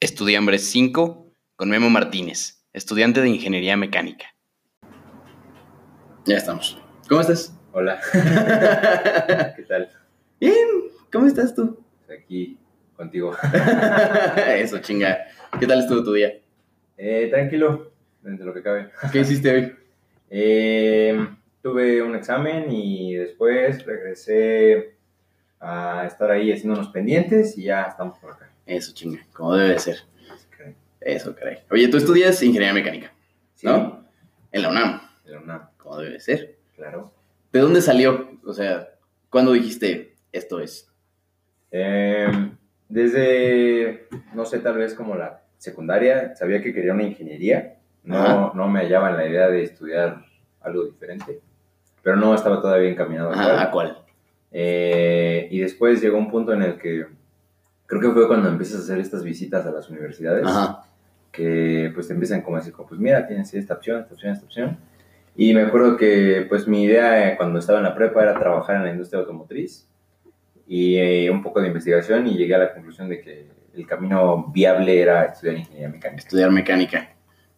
Estudiambres 5 con Memo Martínez, estudiante de Ingeniería Mecánica. Ya estamos. ¿Cómo estás? Hola. ¿Qué tal? Bien, ¿cómo estás tú? Aquí contigo. Eso, chinga. ¿Qué tal estuvo tu día? Eh, tranquilo, dentro de lo que cabe. ¿Qué hiciste hoy? Eh, tuve un examen y después regresé a estar ahí haciendo unos pendientes y ya estamos por acá. Eso, chinga, como debe de ser. Eso, caray. Oye, tú estudias Ingeniería Mecánica, Sí, ¿no? En la UNAM, de la UNAM, como debe de ser. claro. ¿De dónde salió? O sea, ¿cuándo dijiste esto es? Eh, desde, no sé, tal vez como la secundaria, sabía que quería una ingeniería. No, Ajá. no me hallaba en la idea de estudiar algo diferente, pero no estaba todavía encaminado. a Ajá, tal. ¿A cuál? Eh, y después llegó un punto en el que creo que fue cuando empiezas a hacer estas visitas a las universidades, Ajá. que pues te empiezan como a decir, como, pues mira, tienes esta opción, esta opción, esta opción. Y me acuerdo que pues mi idea eh, cuando estaba en la prepa era trabajar en la industria automotriz y eh, un poco de investigación y llegué a la conclusión de que el camino viable era estudiar ingeniería mecánica. Estudiar mecánica.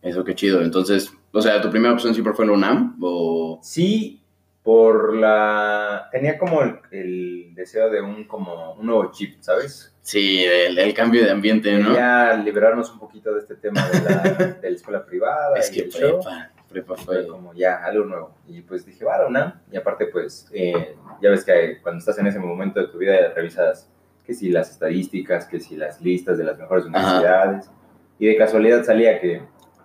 Eso, qué chido. Entonces, o sea, ¿tu primera opción siempre fue la UNAM o...? Sí, por la... Tenía como el, el deseo de un, como, un nuevo chip, ¿sabes? Sí, el, el cambio de ambiente, ¿no? Quería liberarnos un poquito de este tema de la, de la escuela privada. Es y que el show. prepa, prepa Fue fue... como ya algo nuevo. Y pues dije, va, la UNAM. Y aparte, pues, eh, ya ves que hay- cuando estás en ese momento de tu vida revisas que si las estadísticas, que si las listas de las mejores universidades. Y de casualidad salía que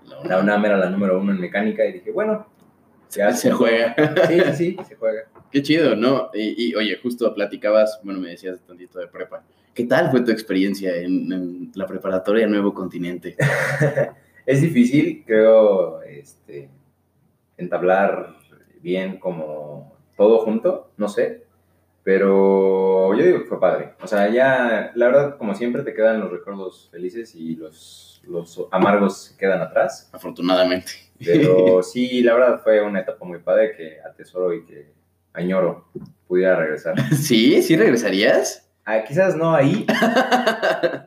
La la UNAM. UNAM era la número uno en mecánica. Y dije, bueno, ya Se juega. Sí, sí, sí, se juega. Qué chido, ¿no? Y, y, oye, justo platicabas, bueno, me decías tantito de prepa. ¿Qué tal fue tu experiencia en, en la preparatoria Nuevo Continente? Es difícil, creo, este, entablar bien como todo junto, no sé, pero yo digo que fue padre. O sea, ya, la verdad, como siempre, te quedan los recuerdos felices y los, los amargos se quedan atrás, Afortunadamente. pero sí, la verdad fue una etapa muy padre que atesoro y que añoro pudiera regresar. ¿Sí? ¿Sí regresarías? Ah, quizás no ahí,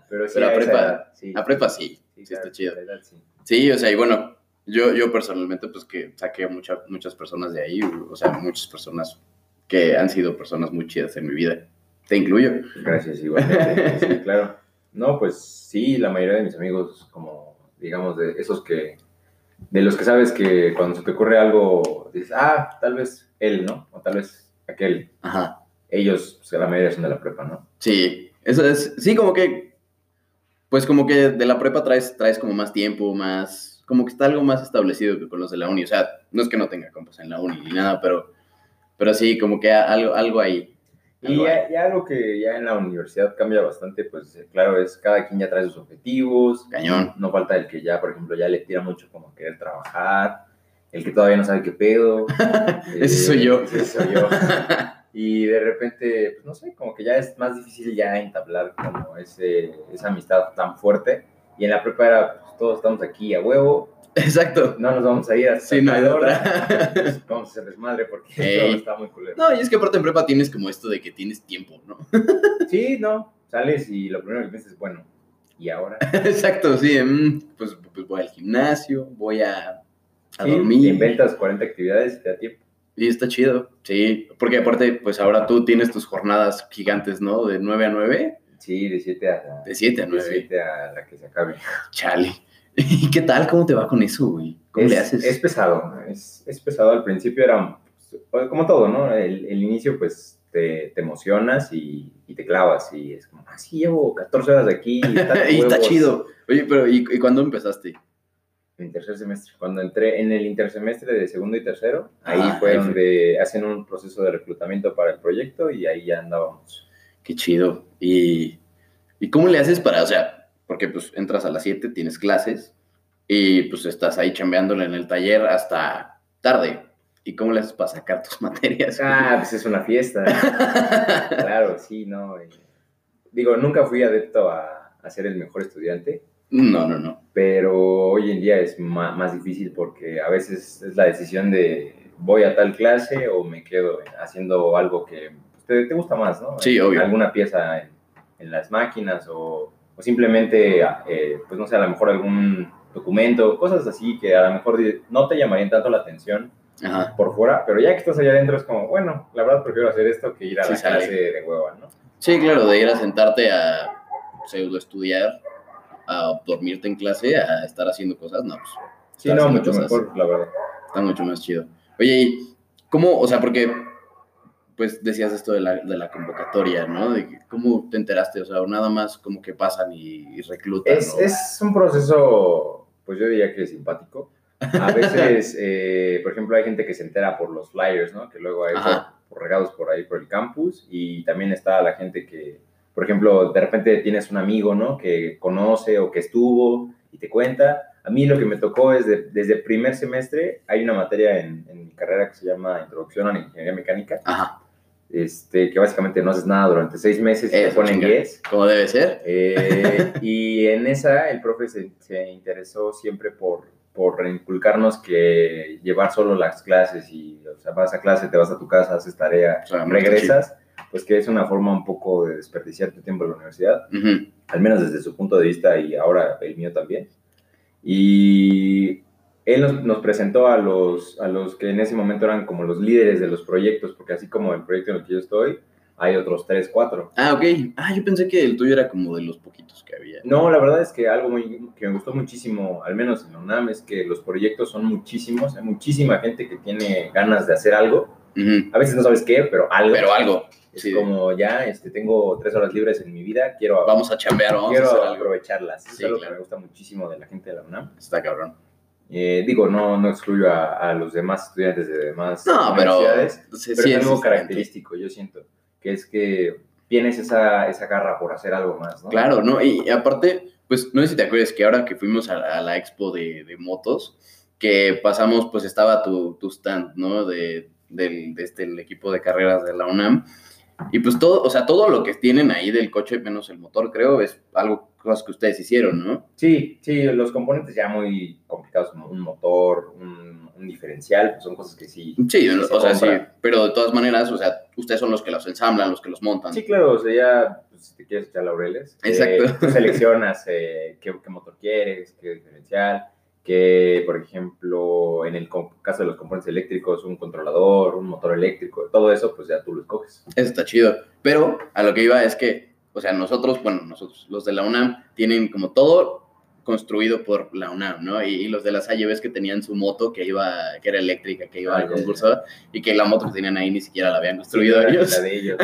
pero sí Pero a esa prepa. edad, sí. A prepa sí. Sí, Sí, está claro, chido. a la edad, sí. Sí, o sea, y bueno, yo, yo personalmente, pues que saqué mucha- muchas personas de ahí, o sea, muchas personas que han sido personas muy chidas en mi vida. Te incluyo. Gracias, igualmente. Sí, claro. No, pues sí, la mayoría de mis amigos, como digamos, de esos que, de los que sabes que cuando se te ocurre algo, dices, ah, tal vez él, ¿no? O tal vez aquel. Ajá. Ellos, pues la mayoría son de la prepa, ¿no? Sí, eso es, sí, como que, pues como que de la prepa traes, traes como más tiempo, más, como que está algo más establecido que con los de la uni, o sea, no es que no tenga compas en la uni ni nada, pero, pero sí, como que a- algo, algo ahí. Y eh, algo ahí. ya, ya algo que ya en la universidad cambia bastante, pues eh, claro, es cada quien ya trae sus objetivos. Cañón. No falta el que ya, por ejemplo, ya le tira mucho como querer trabajar, el que todavía no sabe qué pedo. Eh, Ese soy yo. Ese soy yo. Y de repente, pues no sé, como que ya es más difícil ya entablar como ese, esa amistad tan fuerte. Y en la prepa era, pues todos estamos aquí a huevo, Exacto. no nos vamos a ir hasta Sí, no hay de tal hora. otra. Pues, vamos a hacer desmadre porque Ey. todo está muy culero. No, y es que aparte en prepa tienes como esto de que tienes tiempo, ¿no? Sí, no, sales y lo primero que piensas es, bueno, ¿y ahora? Exacto, sí, mm, pues, pues voy al gimnasio, voy a, a Sí, dormir. te inventas 40 actividades y te da tiempo. Y está chido, sí, porque aparte, pues ahora tú tienes tus jornadas gigantes, ¿no? De 9 a 9, Sí, de 7 a, de 7 a de 9. siete a la que se acabe. Chale. ¿Y qué tal? ¿Cómo te va con eso, güey? ¿Cómo es, le haces? es pesado, es, es pesado. Al principio era pues, como todo, ¿no? El, el inicio, pues te, te emocionas y, y te clavas. Y es como, ah, sí, llevo 14 horas de aquí. Y está, de y está huevos". chido. Oye, pero ¿y, y cuándo empezaste? En tercer semestre, cuando entré en el intersemestre de segundo y tercero, ahí Ah, fue ahí fue. donde hacen un proceso de reclutamiento para el proyecto y ahí ya andábamos. Qué chido. ¿Y, y cómo le haces para, o sea, porque pues entras a las 7, tienes clases y pues estás ahí chambeándole en el taller hasta tarde. ¿Y cómo le haces para sacar tus materias? güey? Ah, pues es una fiesta. claro, sí, no. eh. Digo, nunca fui adepto a, a ser el mejor estudiante. No, no, no. pero hoy en día es ma- más, difícil porque a veces es la decisión de voy a tal clase o me quedo haciendo algo que te, te gusta más, ¿no? Sí, obvio. Alguna pieza en, en las máquinas o o simplemente, eh, pues no sé, a lo mejor algún documento, cosas así que a lo mejor no te llamarían tanto la atención Ajá. por fuera, pero ya que estás allá adentro es como, bueno, la verdad prefiero hacer esto que ir a Sí, la sale. clase de hueva, ¿no? Sí, claro, de ir a sentarte a pseudo estudiar, a dormirte en clase, a estar haciendo cosas, no, pues Sí, Está no, haciendo mucho cosas. mejor, la verdad. está mucho más chido. Oye, ¿y cómo, o sea, porque pues decías esto de la, de la convocatoria, ¿no? De que, ¿Cómo te enteraste? O sea, o nada más como que pasan y, y reclutan. Es, ¿no? es un proceso, pues yo diría que simpático. A veces, eh, por ejemplo, hay gente que se entera por los flyers, ¿no? Que luego hay por, Ajá. por regados por ahí, por el campus. Y también está la gente que, por ejemplo, de repente tienes un amigo, ¿no? Que conoce o que estuvo y te cuenta. A mí lo que me tocó es, de- desde primer semestre, hay una materia en, en mi carrera que se llama Introducción a la Ingeniería Mecánica, Ajá, este, que básicamente no haces nada durante seis meses y te Eso, ponen chinga. 10. como debe ser. Eh, y en esa el profe se, se interesó siempre por, por inculcarnos que llevar solo las clases y o sea, vas a clase, te vas a tu casa, haces tarea, O sea, mucho regresas, pues que es una forma un poco de desperdiciar tu tiempo en la universidad, chido. Ujú. al menos desde su punto de vista y ahora el mío también. Y él nos, nos presentó a los, a los que en ese momento eran como los líderes de los proyectos, porque así como el proyecto en el que yo estoy, hay otros tres, cuatro. Ah, ok. Ah, yo pensé que el tuyo era como de los poquitos que había. No, la verdad es que algo muy- que me gustó muchísimo, al menos en la UNAM, es que los proyectos son muchísimos, hay muchísima gente que tiene ganas de hacer algo. Ujú. A veces no sabes qué, pero algo. Pero algo, Es sí. como ya este, tengo tres horas libres en mi vida, quiero, vamos a chambear, vamos quiero a hacer algo. aprovecharlas. Eso Sí, es lo que claro. me gusta muchísimo de la gente de la UNAM. Está cabrón. Eh, digo, no, no excluyo a, a los demás estudiantes de demás No, pero, universidades, sí, pero sí, es algo diferente. característico, yo siento, que es que tienes esa, esa garra por hacer algo más, ¿no? Claro, ¿no? Y aparte, pues no sé si te acuerdas que ahora que fuimos a, la- a la expo de, de motos, que pasamos, pues estaba tu, tu stand, ¿no? De, del, de este, el equipo de carreras de la UNAM. Y pues todo, o sea, todo lo que tienen ahí del coche, menos el motor, creo, es algo, cosas que ustedes hicieron, ¿no? Sí, sí, los componentes ya muy complicados, como un motor, un, un diferencial, pues son cosas que sí. Sí, se o sea, sí, compra. pero de todas maneras, o sea, ustedes son los que los ensamblan, los que los montan. Sí, claro, o sea, ya, pues, si te quieres echar laureles, eh, Exacto. tú seleccionas eh, qué, qué motor quieres, qué diferencial, que, por ejemplo, en el com- caso de los componentes eléctricos, un controlador, un motor eléctrico, todo eso, pues ya tú lo escoges. Eso está chido. Pero a lo que iba es que, o sea, nosotros, bueno, nosotros, los de la UNAM, tienen como todo construido por la UNAM, ¿no? Y, y los de las AYBs que tenían su moto que iba, que era eléctrica, que iba Ah, al ya, concurso, y que la moto que tenían ahí ni siquiera la habían construido La- ellos. la de ellos.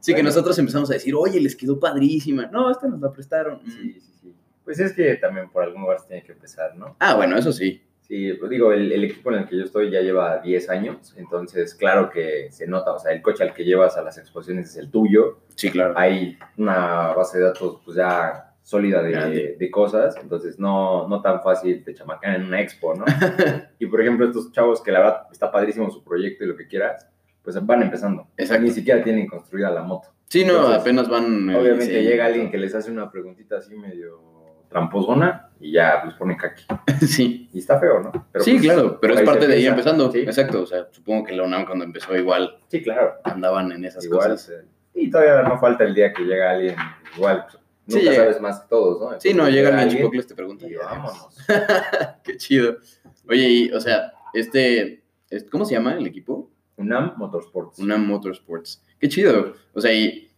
Sí, que Bueno. nosotros empezamos a decir, oye, les quedó padrísima. No, esta nos la prestaron. Mm. Sí, sí, sí. Pues es que también por algún lugar se tiene que empezar, ¿no? Ah, bueno, eso sí. Sí, pues digo, el, el equipo en el que yo estoy ya lleva 10 años, entonces claro que se nota, o sea, el coche al que llevas a las exposiciones es el tuyo, Sí, claro. hay una base de datos pues ya sólida de, Grande. de cosas, entonces no, no tan fácil te chamacan en una expo, ¿no? y por ejemplo, estos chavos que la verdad está padrísimo su proyecto y lo que quieras, pues van empezando, Exacto. ni siquiera tienen construida la moto. Sí, no, Entonces, apenas van. eh, Obviamente sí. llega alguien que les hace una preguntita así medio tramposona y ya pues pone caqui. sí. Y está feo, ¿no? Pero, sí, pues, claro, pero por es ahí se parte de ahí empieza. empezando. Sí. Exacto, o sea, supongo que la UNAM cuando empezó igual Sí, claro. andaban en esas igual. cosas. eh, Y todavía no falta el día que llega alguien igual. pues, Sí, Nunca llega. sabes más que todos, ¿no? Sí, no, Entonces, llega el alguien Chipocles, te pregunta. Y vámonos. Qué chido. Oye, y, o sea, este, es- ¿cómo se llama el equipo? UNAM Motorsports. UNAM Motorsports. Qué chido. O sea, y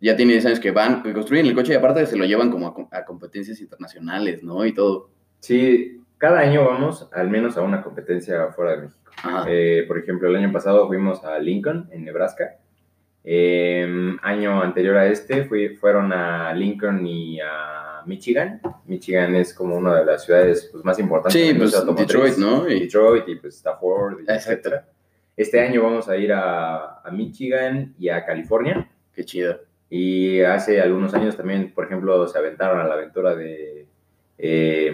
ya tiene 10 años que van, que construyen el coche y aparte se lo llevan como a, com- a competencias internacionales, ¿no? Y todo. Sí, cada año vamos al menos a una competencia fuera de México. Ajá. Eh, por ejemplo, el año pasado fuimos a Lincoln, en Nebraska. Eh, año anterior a este fui- fueron a Lincoln y a Michigan. Michigan es como una de las ciudades pues, más importantes de Sí, la pues industria Detroit, automotriz. ¿no? Y- Detroit y pues Stafford, y Exacto. etcétera. Este año vamos a ir a, a Michigan y a California. qué chido. Y hace algunos años también, por ejemplo, se aventaron a la aventura de eh,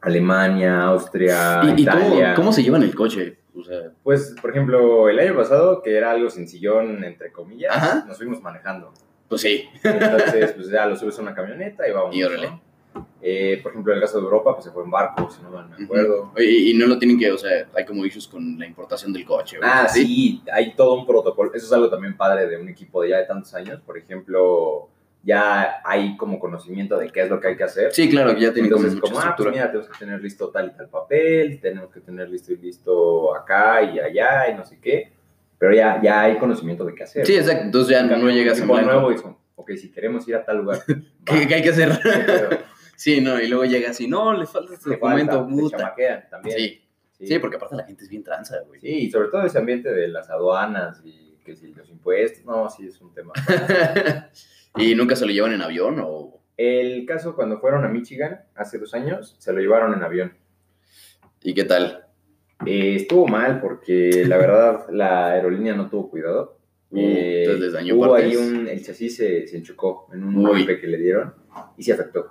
Alemania, Austria, ¿Y, y cómo, Ah, Italia. cómo se llevan el coche? O sea, Pues, por ejemplo, el año pasado, que era algo sencillón, entre comillas, Ajá. nos fuimos manejando. pues sí. Entonces, pues ya lo subes a una camioneta y vamos. Y órale. ¿no? Eh, por ejemplo, el caso de Europa, pues se fue en barco, si no mal me acuerdo. Ujú. Oye, y, y no lo tienen que, o sea, hay como issues con la importación del coche. o Ah, algo así. sí, hay todo un protocolo. Eso es algo también padre de un equipo de ya de tantos años. Por ejemplo, ya hay como conocimiento de qué es lo que hay que hacer. Sí, claro, que ya tienen como Entonces, mucha como, ah, pues estructura. mira, tenemos que tener listo tal y tal papel, tenemos que tener listo y listo acá y allá y no sé qué, pero ya, ya hay conocimiento de qué hacer. sí, exacto. Entonces ya En no cambio, llegas en equipo blanco. nuevo y son, ok, si queremos ir a tal lugar, ¿Qué, qué hay que hacer? pero sí, no, y luego llegas y no, le falta este te falta, documento, te puta. chamaquean también. Sí, sí, porque aparte la gente es bien tranza, güey. Sí, y sobre todo ese ambiente de las aduanas y que si los impuestos, no, sí es un tema. y nunca se lo llevan en avión o... El caso cuando fueron a Michigan hace dos años, se lo llevaron en avión. ¿Y qué tal? Eh, estuvo mal porque la verdad la aerolínea no tuvo cuidado. Uh, Eh, entonces les dañó hubo partes. ahí un, el chasis se, se enchucó en un Uy. golpe que le dieron y se afectó.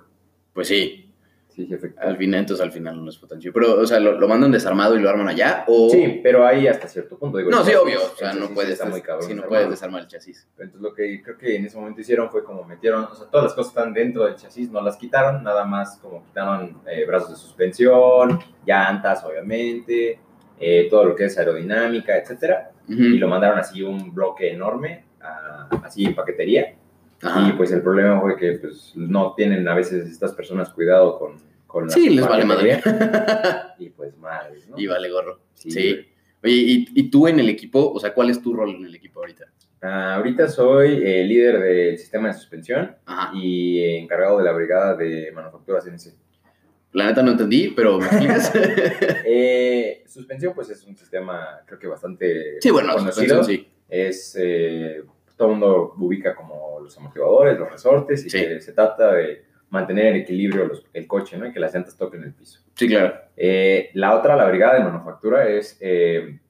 Pues sí, Sí, se afectó. al final, entonces al final no es potencia. Pero, o sea, ¿lo, lo mandan desarmado y lo arman allá? O... Sí, pero ahí hasta cierto punto. Digo, No, el sí, chasis- obvio. O el sea, no chasis puedes, está muy cabrón sí, no desarmado. puedes desarmar el chasis. Entonces lo que creo que en ese momento hicieron fue como metieron, o sea, todas las cosas están dentro del chasis, no las quitaron, nada más como quitaron eh, brazos de suspensión, llantas, obviamente, eh, todo lo que es aerodinámica, etcétera, Ujú. y lo mandaron así un bloque enorme, a- así en paquetería, Ajá. y pues el problema fue que pues no tienen a veces estas personas cuidado con, con la Sí, les vale paquetería. Y pues madres, ¿no? Y vale gorro. Sí, sí. güey. Oye, ¿y, y tú en el equipo? O sea, ¿cuál es tu rol en el equipo ahorita? Ah, ahorita soy eh, líder del sistema de suspensión, Ajá. y eh, encargado de la brigada de manufacturas en ese. La neta no entendí, pero ¿me explicas? Eh, suspensión, pues es un sistema, creo que bastante sí, bueno, suspensión, sí. Es, eh, todo el mundo ubica como los amortiguadores, los resortes, y Sí. que se trata de mantener en equilibrio los- el coche, ¿no? Y que las llantas toquen el piso. Sí, claro. Eh, la otra, la brigada de manufactura, es eh,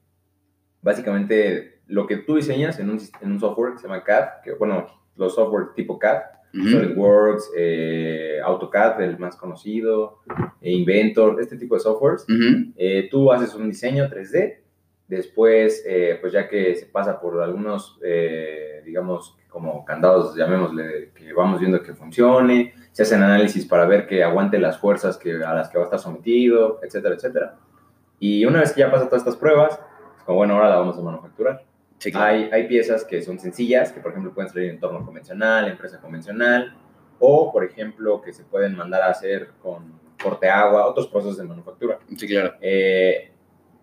básicamente lo que tú diseñas en un, sis- en un software que se llama CAD, que bueno, los software tipo CAD, Ujú. SolidWorks, eh, AutoCAD, el más conocido, e Inventor, este tipo de softwares. Ujú. Eh, tú haces un diseño 3D, después, eh, pues ya que se pasa por algunos, eh, digamos, como candados, llamémosle, que vamos viendo que funcione, se hacen análisis para ver que aguante las fuerzas que, a las que va a estar sometido, etcétera, etcétera. Y una vez que ya pasa todas estas pruebas, es como, bueno, ahora la vamos a manufacturar. Sí, claro. Hay, hay piezas que son sencillas, que por ejemplo pueden salir en entorno convencional, empresa convencional, o por ejemplo que se pueden mandar a hacer con corte agua, otros procesos de manufactura. Sí, claro. Eh,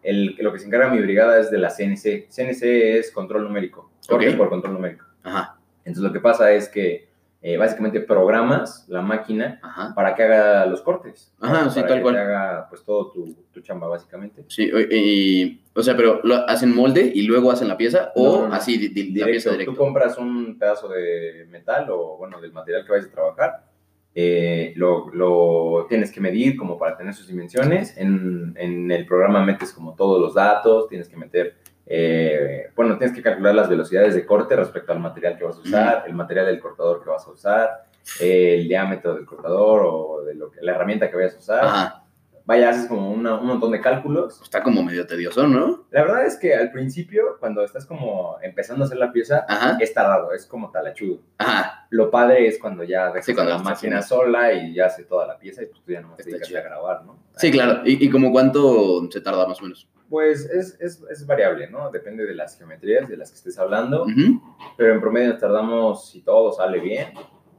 el, lo que se encarga mi brigada es de la CNC. CNC es control numérico, corte Ok. por control numérico. Ajá. Entonces lo que pasa es que eh, básicamente programas la máquina Ajá. para que haga los cortes. Ajá, ¿no? sí, Para tal que cual. te haga pues todo tu, tu chamba básicamente. Sí, o- y- o sea, pero ¿lo hacen molde y luego hacen la pieza o No, no, no. así, di- di- la Directo, pieza Tú directa. compras un pedazo de metal o, bueno, del material que vayas a trabajar, eh, lo, lo tienes que medir como para tener sus dimensiones. En, en el programa metes como todos los datos, tienes que meter, eh, bueno, tienes que calcular las velocidades de corte respecto al material que vas a usar, el material del cortador que vas a usar, eh, el diámetro del cortador o de lo que, la herramienta que vayas a usar. Ajá. Vaya, haces como una- un montón de cálculos. Está como medio tedioso, ¿no? La verdad es que al principio, cuando estás como empezando a hacer la pieza, Ajá. es tardado, es como talachudo. Ajá. Lo padre es cuando ya dejas Sí, cuando la estás máquina haciendo. sola y ya hace toda la pieza y pues tú ya no te Está dedicas chido. a grabar, ¿no? Sí, claro. ¿Y, y como cuánto se tarda más o menos? Pues es, es, es variable, ¿no? Depende de las geometrías de las que estés hablando, Ujú. pero en promedio nos tardamos, si todo sale bien,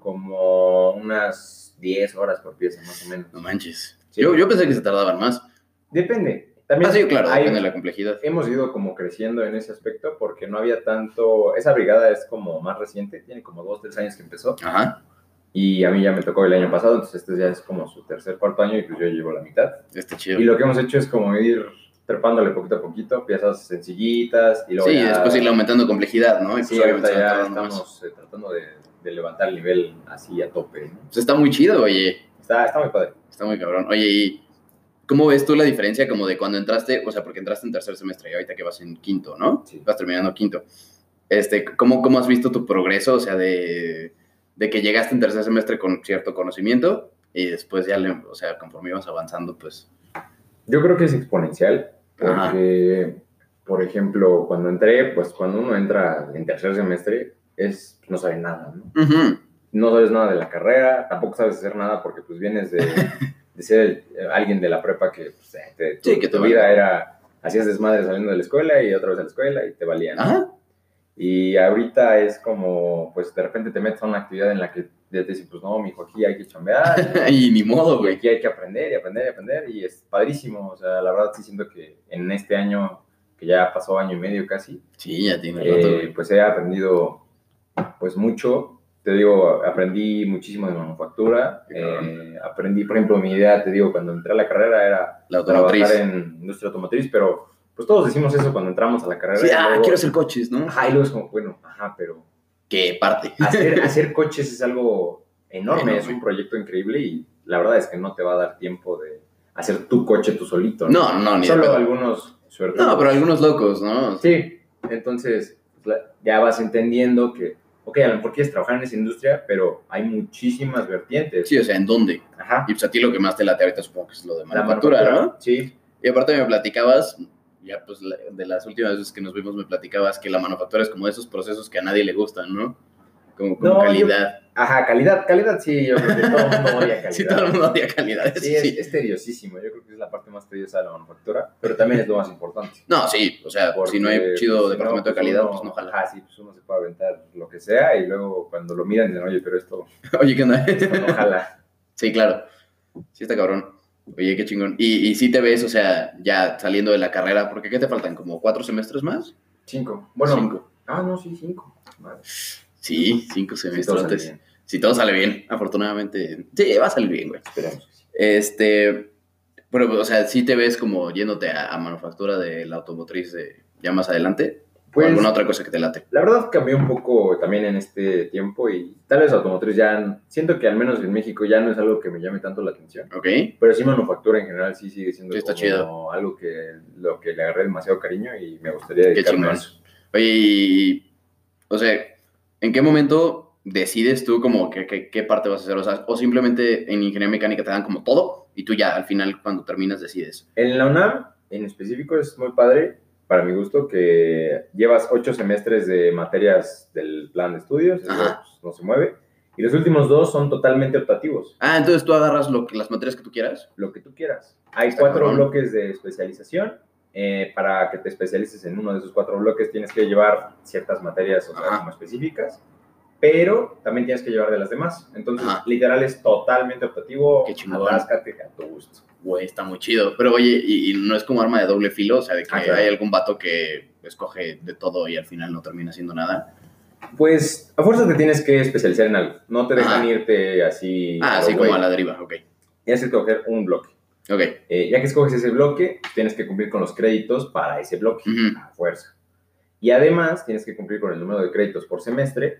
como unas 10 horas por pieza más o menos. No manches. Sí. Yo, yo pensé que se tardaban más. Depende. También Ah, sí, claro, hay- depende de la complejidad. hemos ido como creciendo en ese aspecto porque no había tanto, esa brigada es como más reciente, tiene como 2, 3 años que empezó. Ajá. Y a mí ya me tocó el año pasado, entonces este ya es como su tercer, cuarto año y pues yo llevo la mitad. Está chido. Y lo que hemos hecho es como ir trepándole poquito a poquito, piezas sencillitas y luego sí, ya- después irle aumentando complejidad, ¿no? Y Sí, pues, obviamente ahorita se va ya tardando más. estamos eh, tratando de, de levantar el nivel así a tope. ¿no? Pues está muy chido, oye. Está, está muy padre. Está muy cabrón. Oye, ¿y cómo ves tú la diferencia como de cuando entraste, o sea, porque entraste en tercer semestre y ahorita que vas en quinto, ¿no? Sí. Vas terminando quinto. Este, ¿cómo, cómo has visto tu progreso? O sea, de, de que llegaste en tercer semestre con cierto conocimiento y después ya, le- o sea, conforme ibas avanzando, pues... Yo creo que es exponencial, Ajá. porque, por ejemplo, cuando entré, pues cuando uno entra en tercer semestre, es, no sabe nada, ¿no? Ujú. no sabes nada de la carrera, tampoco sabes hacer nada porque pues vienes de, de ser el- eh, alguien de la prepa que pues, eh, te- tu, Sí, que te tu vale. vida era, hacías desmadre saliendo de la escuela y otra vez a la escuela y te valía. ¿no? Ajá. Y ahorita es como, pues de repente te metes a una actividad en la que de decir, pues no, mijo, aquí hay que chambear, y ni modo, y güey. aquí hay que aprender y aprender y aprender, y es padrísimo, o sea, la verdad sí siento que en este año, que ya pasó año y medio casi, Sí, ya tiene eh, rato, güey. pues he aprendido pues mucho. Te digo, aprendí muchísimo de manufactura. Qué cabrón. eh, aprendí, por ejemplo, mi idea, te digo, cuando entré a la carrera era La automotriz. trabajar en industria automotriz, pero pues todos decimos eso cuando entramos a la carrera. Sí, y ah, luego- quiero hacer coches, ¿no? Ajá, y luego es como, bueno, ajá, pero ¿Qué parte? hacer, hacer coches es algo enorme, Enorme. es un proyecto increíble y la verdad es que no te va a dar tiempo de hacer tu coche tú solito. No, no, ni de Solo pedo. algunos suertudos. No, pero algunos locos, ¿no? Sí, entonces pues, la- ya vas entendiendo que, ok, a lo mejor quieres trabajar en esa industria, pero hay muchísimas vertientes. Sí, o sea, ¿en dónde? Ajá. Y pues a ti lo que más te late ahorita supongo que es lo de La manufactura, ¿no? Sí, Y aparte me platicabas, ya pues la- de las últimas veces que nos vimos me platicabas que la manufactura es como de esos procesos que a nadie le gustan, ¿no? Como, como No, yo- calidad. ajá, calidad, calidad sí, yo creo que todo el mundo odia calidad. Sí, todo el mundo odia calidad. Sí, Sí, es, es tediosísimo, yo creo que es la parte más tediosa de la manufactura, pero también es lo más importante. No, sí, o sea, porque, si no hay chido pues, si departamento no, de calidad, uno- pues no jala. Ajá, sí, pues uno se puede aventar lo que sea y luego cuando lo miran dicen, oye, pero esto, Oye, ¿qué onda? esto no jala. sí, claro. Sí, está cabrón. Oye, qué chingón. Y, y sí te ves, o sea, ya saliendo de la carrera, porque ¿qué te faltan? ¿Como cuatro semestres más? Cinco. Bueno, Cinco. ah, no, sí, cinco. Madre. Sí, cinco Sí, todo semestres. sale bien, si todo sale bien, afortunadamente. Sí, va a salir bien, güey. esperemos que sí. Este, pero, o sea, sí te ves como yéndote a, a manufactura de la automotriz de, ya más adelante, o Pues, alguna otra cosa que te late. La verdad cambió un poco también en este tiempo y tal vez automotriz ya, siento que al menos en México ya no es algo que me llame tanto la atención, ¿Ok? pero sí manufactura en general sí sigue siendo Sí, está como chido. algo que lo que le agarré demasiado cariño y me gustaría dedicarme a chingón. eso. Oye, y, o sea, ¿en qué momento decides tú como que, que- qué parte vas a hacer? O sea, o simplemente en ingeniería mecánica te dan como todo y tú ya al final cuando terminas decides. En la UNAM en específico es muy padre para mi gusto que llevas ocho semestres de materias del plan de estudios, eso, Ajá. pues, no se mueve, y los últimos dos son totalmente optativos. Ah, entonces tú agarras lo que, las materias que tú quieras. lo que tú quieras. Hay Está cuatro cabrón. bloques de especialización. eh, para que te especialices en uno de esos cuatro bloques tienes que llevar ciertas materias o sea, Ajá. como específicas, pero también tienes que llevar de las demás. Entonces, Ajá. literal es totalmente optativo. Qué chingón. Atáscate a tu gusto. Güey, está muy chido. Pero oye, y, y no es como arma de doble filo, o sea, de que Ah, claro. hay algún vato que escoge de todo y al final no termina haciendo nada. Pues a fuerza te tienes que especializar en algo. No te dejan Ajá. irte así. Ah, lo sí, como güey. a la deriva, ok. Tienes que coger un bloque. Ok. Eh, ya que escoges ese bloque, tienes que cumplir con los créditos para ese bloque. Ujú. a fuerza. Y además tienes que cumplir con el número de créditos por semestre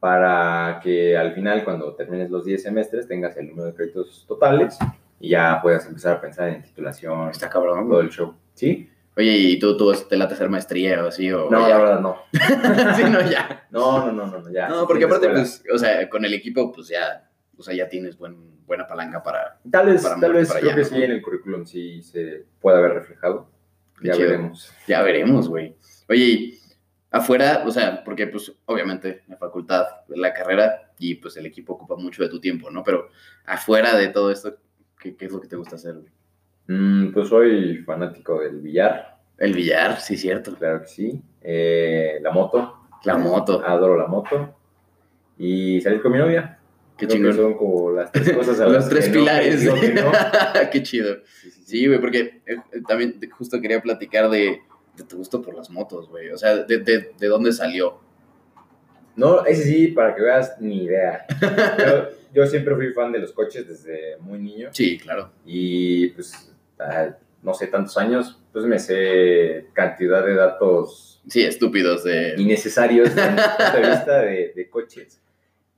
para que al final, cuando termines los 10 semestres, tengas el número de créditos totales y ya puedas empezar a pensar en titulación, Está cabrón. todo güey. el show. ¿Sí? Oye, ¿y tú, tú te late hacer maestría o así? O No, ya? la verdad no. sí, no, ya. No, no, no, no, no, ya. No, porque aparte, Escuela. pues, o sea, con el equipo, pues ya, o sea, ya tienes buen, buena palanca para... Tal vez, para tal moverte vez para creo allá, que ¿no? sí en el currículum sí se puede haber reflejado. Qué Ya chido. veremos. Ya veremos, güey. Oye, y afuera, o sea, porque, pues, obviamente, la facultad, la carrera y, pues, el equipo ocupa mucho de tu tiempo, ¿no? Pero afuera de todo esto, ¿qué, qué es lo que te gusta hacer, güey? Mm, pues soy fanático del billar, El billar, sí, cierto. claro que sí. Eh, la moto, La moto, adoro la moto. Y salir con mi novia. qué Creo que chingón. Son como las tres cosas. a Los las tres que no, pilares. que digo que no. qué chido. Sí, sí, sí. Sí, güey, porque eh, eh, también te- justo quería platicar de, de tu gusto por las motos, güey. O sea, de, de- de dónde salió. No, ese sí, para que veas, ni idea. Yo, yo siempre fui fan de los coches desde muy niño Sí, claro. y pues, ah, no sé, tantos años, pues me sé cantidad de datos Sí, estúpidos de... innecesarios desde mi punto de vista de, de coches.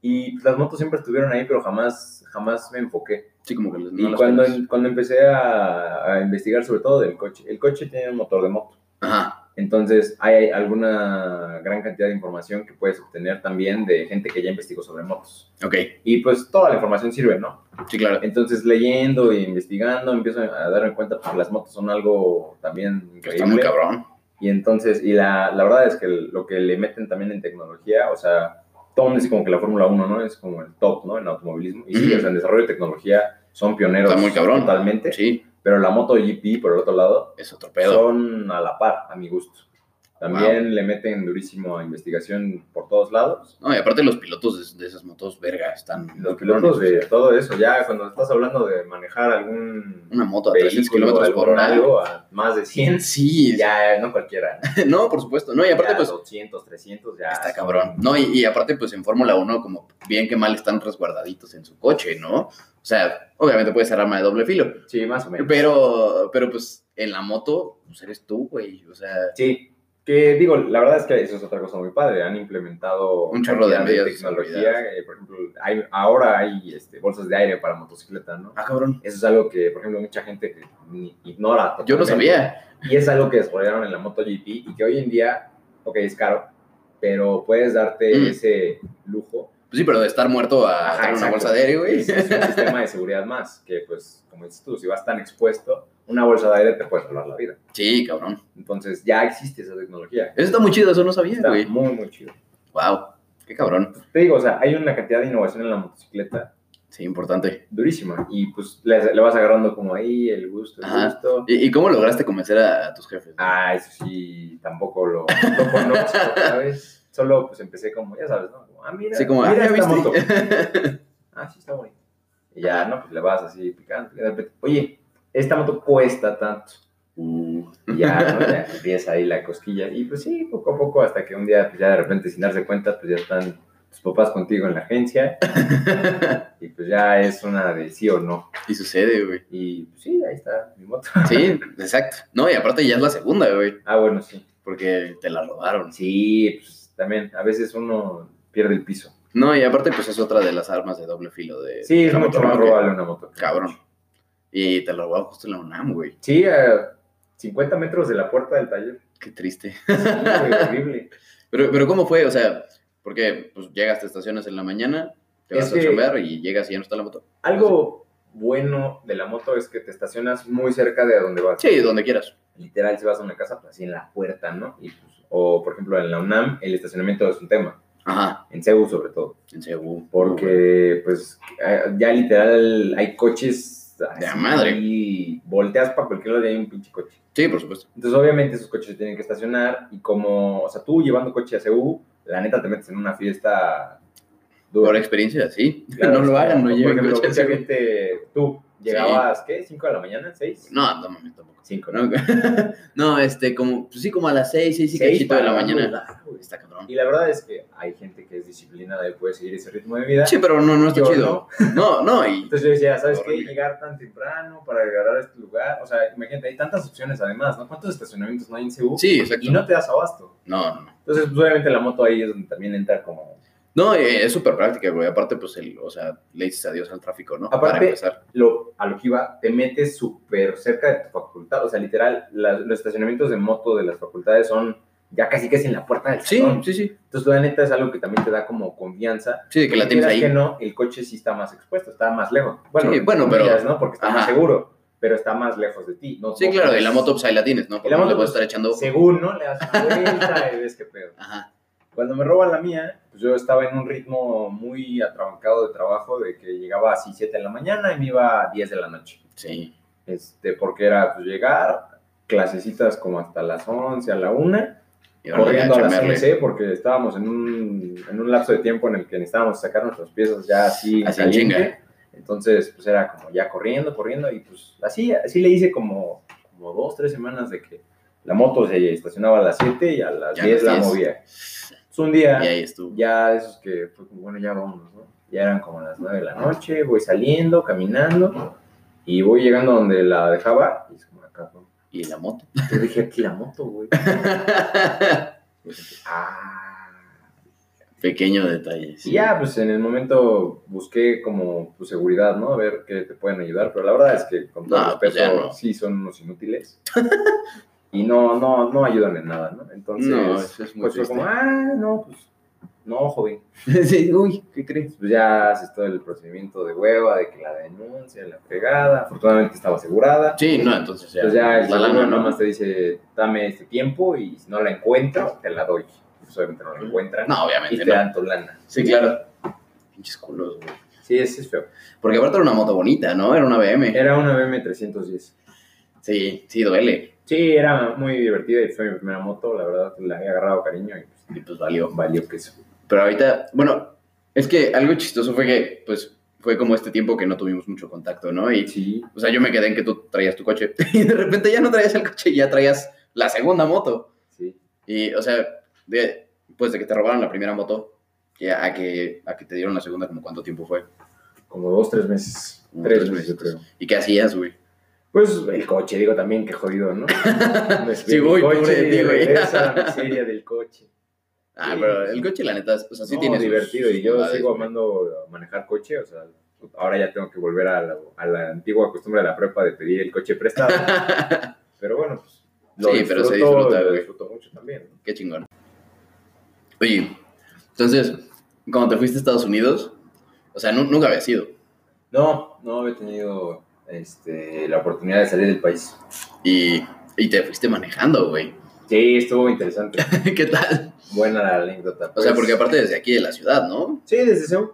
Y pues, las motos siempre estuvieron ahí, pero jamás, jamás me enfoqué. Sí, como que les- no Y las cuando, conoces. cuando empecé a, a investigar sobre todo del coche, el coche tiene un motor de moto. Ajá, Entonces, hay alguna gran cantidad de información que puedes obtener también de gente que ya investigó sobre motos. ok. Y pues toda la información sirve, ¿no? Sí, claro. Entonces, leyendo e investigando, empiezo a darme cuenta pues, que las motos son algo también Que está muy increíble. cabrón. Y entonces, y la, la verdad es que lo que le meten también en tecnología, o sea, todo mundo dice como que la Fórmula 1, ¿no? Es como el top, ¿no? En automovilismo. Y sí, Ujú. o sea, en desarrollo de tecnología son pioneros Está muy cabrón. totalmente. Sí, Pero la MotoGP, por el otro lado, es otro pedo. son a la par, a mi gusto. También le meten durísimo a investigación por todos lados. No, y aparte los pilotos de, de esas motos, verga, están... Los pilotos de todo eso, ya cuando estás hablando de manejar algún Una moto a 300 vehículo, kilómetros algún por hora. horario a más de 100, Sí, ya no cualquiera. ¿no? no, por supuesto. No, y aparte, Ya pues, 200, 300, ya. Está son- cabrón. No, y, y aparte, pues en Fórmula 1, como bien que mal están resguardaditos en su coche, ¿no? O sea, obviamente puede ser arma de doble filo. Sí, más o menos. Pero, pero pues en la moto, pues eres tú, güey. O sea, Sí, que digo, la verdad es que eso es otra cosa muy padre. Han implementado Un chorro de cantidad medidas de tecnología. seguridad. eh, por ejemplo, hay, ahora hay este, bolsas de aire para motocicleta, ¿no? ah, cabrón. Eso es algo que, por ejemplo, mucha gente ni- ignora. Yo no totalmente. sabía. Y es algo que desarrollaron en la MotoGP y que hoy en día, ok, es caro, pero puedes darte Mm. ese lujo. Pues sí, pero de estar muerto a Ajá, tener una exacto. bolsa de aire, güey. Es, es un sistema de seguridad más, que pues, como dices tú, si vas tan expuesto, una bolsa de aire te puede salvar la vida. Sí, cabrón. Entonces ya existe esa tecnología. Eso está muy chido, eso no sabía, Está güey. muy, muy chido. Wow, qué cabrón. Te digo, o sea, hay una cantidad de innovación en la motocicleta Sí, importante. durísima y pues le, le vas agarrando como ahí el gusto, el Ajá. gusto. ¿Y, y cómo lograste convencer a, a tus jefes? Ah, eso sí, tampoco lo, lo conozco, ¿sabes? Solo pues empecé como, ya sabes, ¿no? Como, ah, mira, Así como, ah, mira ¿ya esta moto. viste? Ah, sí, está bonito. Y ya, ¿no? Pues le vas así picando, y de repente, oye, esta moto cuesta tanto. Uh, Y ya, ¿no? Ya empieza ahí la cosquilla. Y pues sí, poco a poco, hasta que un día, pues ya de repente, sin darse cuenta, pues ya están tus papás contigo en la agencia. y pues ya es una de sí o no. y sucede, güey. Y pues sí, ahí está mi moto. Sí, exacto. No, y aparte ya es la segunda, güey, Ah, bueno, sí. porque te la robaron. Sí, pues también, a veces uno pierde el piso. No, y aparte pues es otra de las armas de doble filo de... Sí, de es la mucho moto, más ¿no? Que- robable una moto. Eh, Cabrón. Y te la robaron justo en la UNAM, güey. Sí, a 50 metros de la puerta del taller. Qué triste. Sí, güey, horrible. Pero, pero ¿cómo fue? O sea, porque pues llegas, te estacionas en la mañana, te Es vas a que- chambear y llegas y ya no está la moto. Algo bueno de la moto es que te estacionas muy cerca de donde vas. Sí, donde quieras. literal, si vas a una casa, pues así en la puerta, ¿no? Y, pues, o, por ejemplo, en la UNAM, el estacionamiento es un tema, Ajá, en CEU sobre todo, en Cebu. porque, pues, eh, ya literal hay coches De la madre. y volteas para cualquier lado y hay un pinche coche. Sí, por supuesto. Entonces, obviamente, esos coches se tienen que estacionar y como, o sea, tú llevando coche a CEU, la neta te metes en una fiesta Por dura. experiencia, sí. Claro, no o lo sea, hagan, no por lleven ejemplo, coche. mucha así. gente, tú llegabas, ¿qué? ¿5 de la mañana? ¿6? No, no mames, tampoco. 5, No, no, este, como, pues sí, como a las 6, 6 y cachito de la mañana. Está cabrón. Y la verdad es que hay gente que es disciplinada y puede seguir ese ritmo de vida. Sí, pero no, no está Yo chido. No, no. no, y Entonces yo decía, ¿sabes qué? Horrible. Llegar tan temprano para llegar a este lugar. O sea, imagínate, hay tantas opciones además, ¿no? ¿Cuántos estacionamientos no hay en Seúl? sí, exacto. Y no te das abasto. No, no, no. Entonces, pues, obviamente la moto ahí es donde también entra como... No, eh, es súper práctica, güey. Aparte, pues, el, o sea, le dices adiós al tráfico, ¿no? Para Aparte- empezar. Lo, a lo que iba, te metes súper cerca de tu facultad. O sea, literal, la- los estacionamientos de moto de las facultades son ya casi casi en la puerta del Sí, salón. sí, sí. Entonces, la neta es algo que también te da como confianza Sí, de que la tienes Quieras ahí. Pues que no, el coche sí está más expuesto, está más lejos. Bueno, Sí, bueno, comillas, pero- ¿no? Porque está más ajá. seguro, pero está más lejos de ti. No, Sí, no claro, y la puedes- moto, pues ahí la tienes, ¿no? Porque no moto, le puedes pues, estar echando. Según, ¿no? Le das una vuelta y ves qué pedo. Ajá. Cuando me roban la mía, pues yo estaba en un ritmo muy atrabancado de trabajo, de que llegaba así 7 de la mañana y me iba a 10 de la noche. Sí. Este, porque era pues, llegar, clasecitas como hasta las 11, a la 1, Y ahora corriendo a ya la chambearle. CNC porque estábamos en un, en un lapso de tiempo en el que necesitábamos sacar nuestras piezas ya así, Así en en caliente. Entonces, pues era como ya corriendo, corriendo y pues así, así le hice como, como dos, tres semanas de que la moto se estacionaba a las 7 y a las Ya 10 a la las 10. movía. Entonces un día, Y ahí estuvo. ya de esos que fue como, bueno, ya vámonos, ¿no? Ya eran como las 9 de la noche, voy saliendo, caminando y voy llegando donde la dejaba y es como acá, ¿no? Y la moto. Yo dije aquí la moto, güey. Y dije, ah, Pequeño detalle. sí. Y ya, pues en el momento busqué como tu seguridad, ¿no? A ver qué te pueden ayudar, pero la verdad es que con todo No, pues respeto, ya no. sí son unos inútiles. y no, no, no ayudan en nada, ¿no? Entonces, No, eso es muy pues fue triste. como, ah, no, pues, no, joven. Sí, Uy, ¿qué crees? Pues ya haces todo el procedimiento de hueva, de que la denuncia, la pegada, afortunadamente estaba asegurada. Sí, no, entonces ya. Pues ya el la seguro lana, nada ¿no? más te dice, dame este tiempo y si no la encuentro, te la doy. Pues obviamente no la encuentran No, y obviamente te no. dan tu lana. Sí, claro. Pinches culos, güey. Sí, ese es feo. Porque aparte era una moto bonita, ¿no? Era una BM. Era una BM310. Sí, sí, duele. Sí, era muy divertida y fue mi primera moto, la verdad, la había agarrado cariño y pues, Y pues valió. valió queso. Pero ahorita, bueno, es que algo chistoso fue que, pues, fue como este tiempo que no tuvimos mucho contacto, ¿no? Y, Sí, o sea, yo me quedé en que tú traías tu coche y de repente ya no traías el coche y ya traías la segunda moto. sí. Y, o sea, de, pues de que te robaron la primera moto ya a que, a que te dieron la segunda, como cuánto tiempo fue. Como dos, tres meses. Como tres, tres meses, yo meses. creo. ¿Y qué hacías, güey? Pues el coche, digo también, qué jodido, ¿no? Sí, voy, pobre de ti, güey. Esa miseria del coche. Ah, Sí, pero sí. el coche, la neta, o sea, sí No, tiene sus- divertido. Y sus yo bondades, sigo güey. amando manejar coche, o sea, ahora ya tengo que volver a la, a la antigua costumbre de la prepa de pedir el coche prestado. pero bueno, pues. Sí, pero se disfruto, disfruta, Lo güey. disfruto mucho también. ¿no? Qué chingón. Oye, entonces, cuando te fuiste a Estados Unidos, o sea, nu- nunca había sido. No, no había tenido este, la oportunidad de salir del país. Y, y te fuiste manejando, güey. Sí, estuvo interesante. ¿Qué tal? Buena la anécdota. O sea, pues. porque aparte desde aquí de la ciudad, ¿no? Sí, desde Seúl.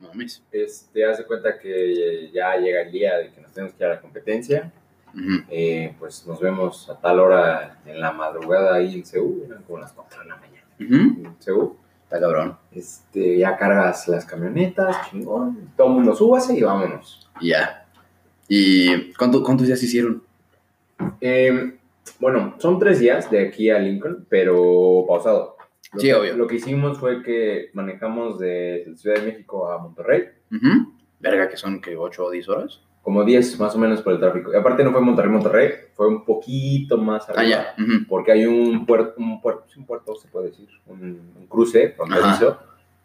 Mames. Este, hace cuenta que ya llega el día de que nos tenemos que ir a la competencia. Ujú. Eh, pues nos vemos a tal hora en la madrugada ahí en Seúl. Eran como las 4 de la mañana Ujú. en Seúl. Está cabrón. Este, ya cargas las camionetas, chingón. Todo el mundo súbase y vámonos. Y ya. ¿Y cuánto- cuántos días hicieron? Eh, bueno, son tres días de aquí a Lincoln, pero pausado. Lo Sí, que- obvio. Lo que hicimos fue que manejamos de Ciudad de México a Monterrey. Ujú. Verga, que son que 8 o 10 horas. Como 10 más o menos por el tráfico. Y aparte no fue Monterrey-Monterrey, fue un poquito más arriba. Ah, ya. Ujú. porque hay un puerto, un puerto, sí, un puerto se puede decir, un, un cruce fronterizo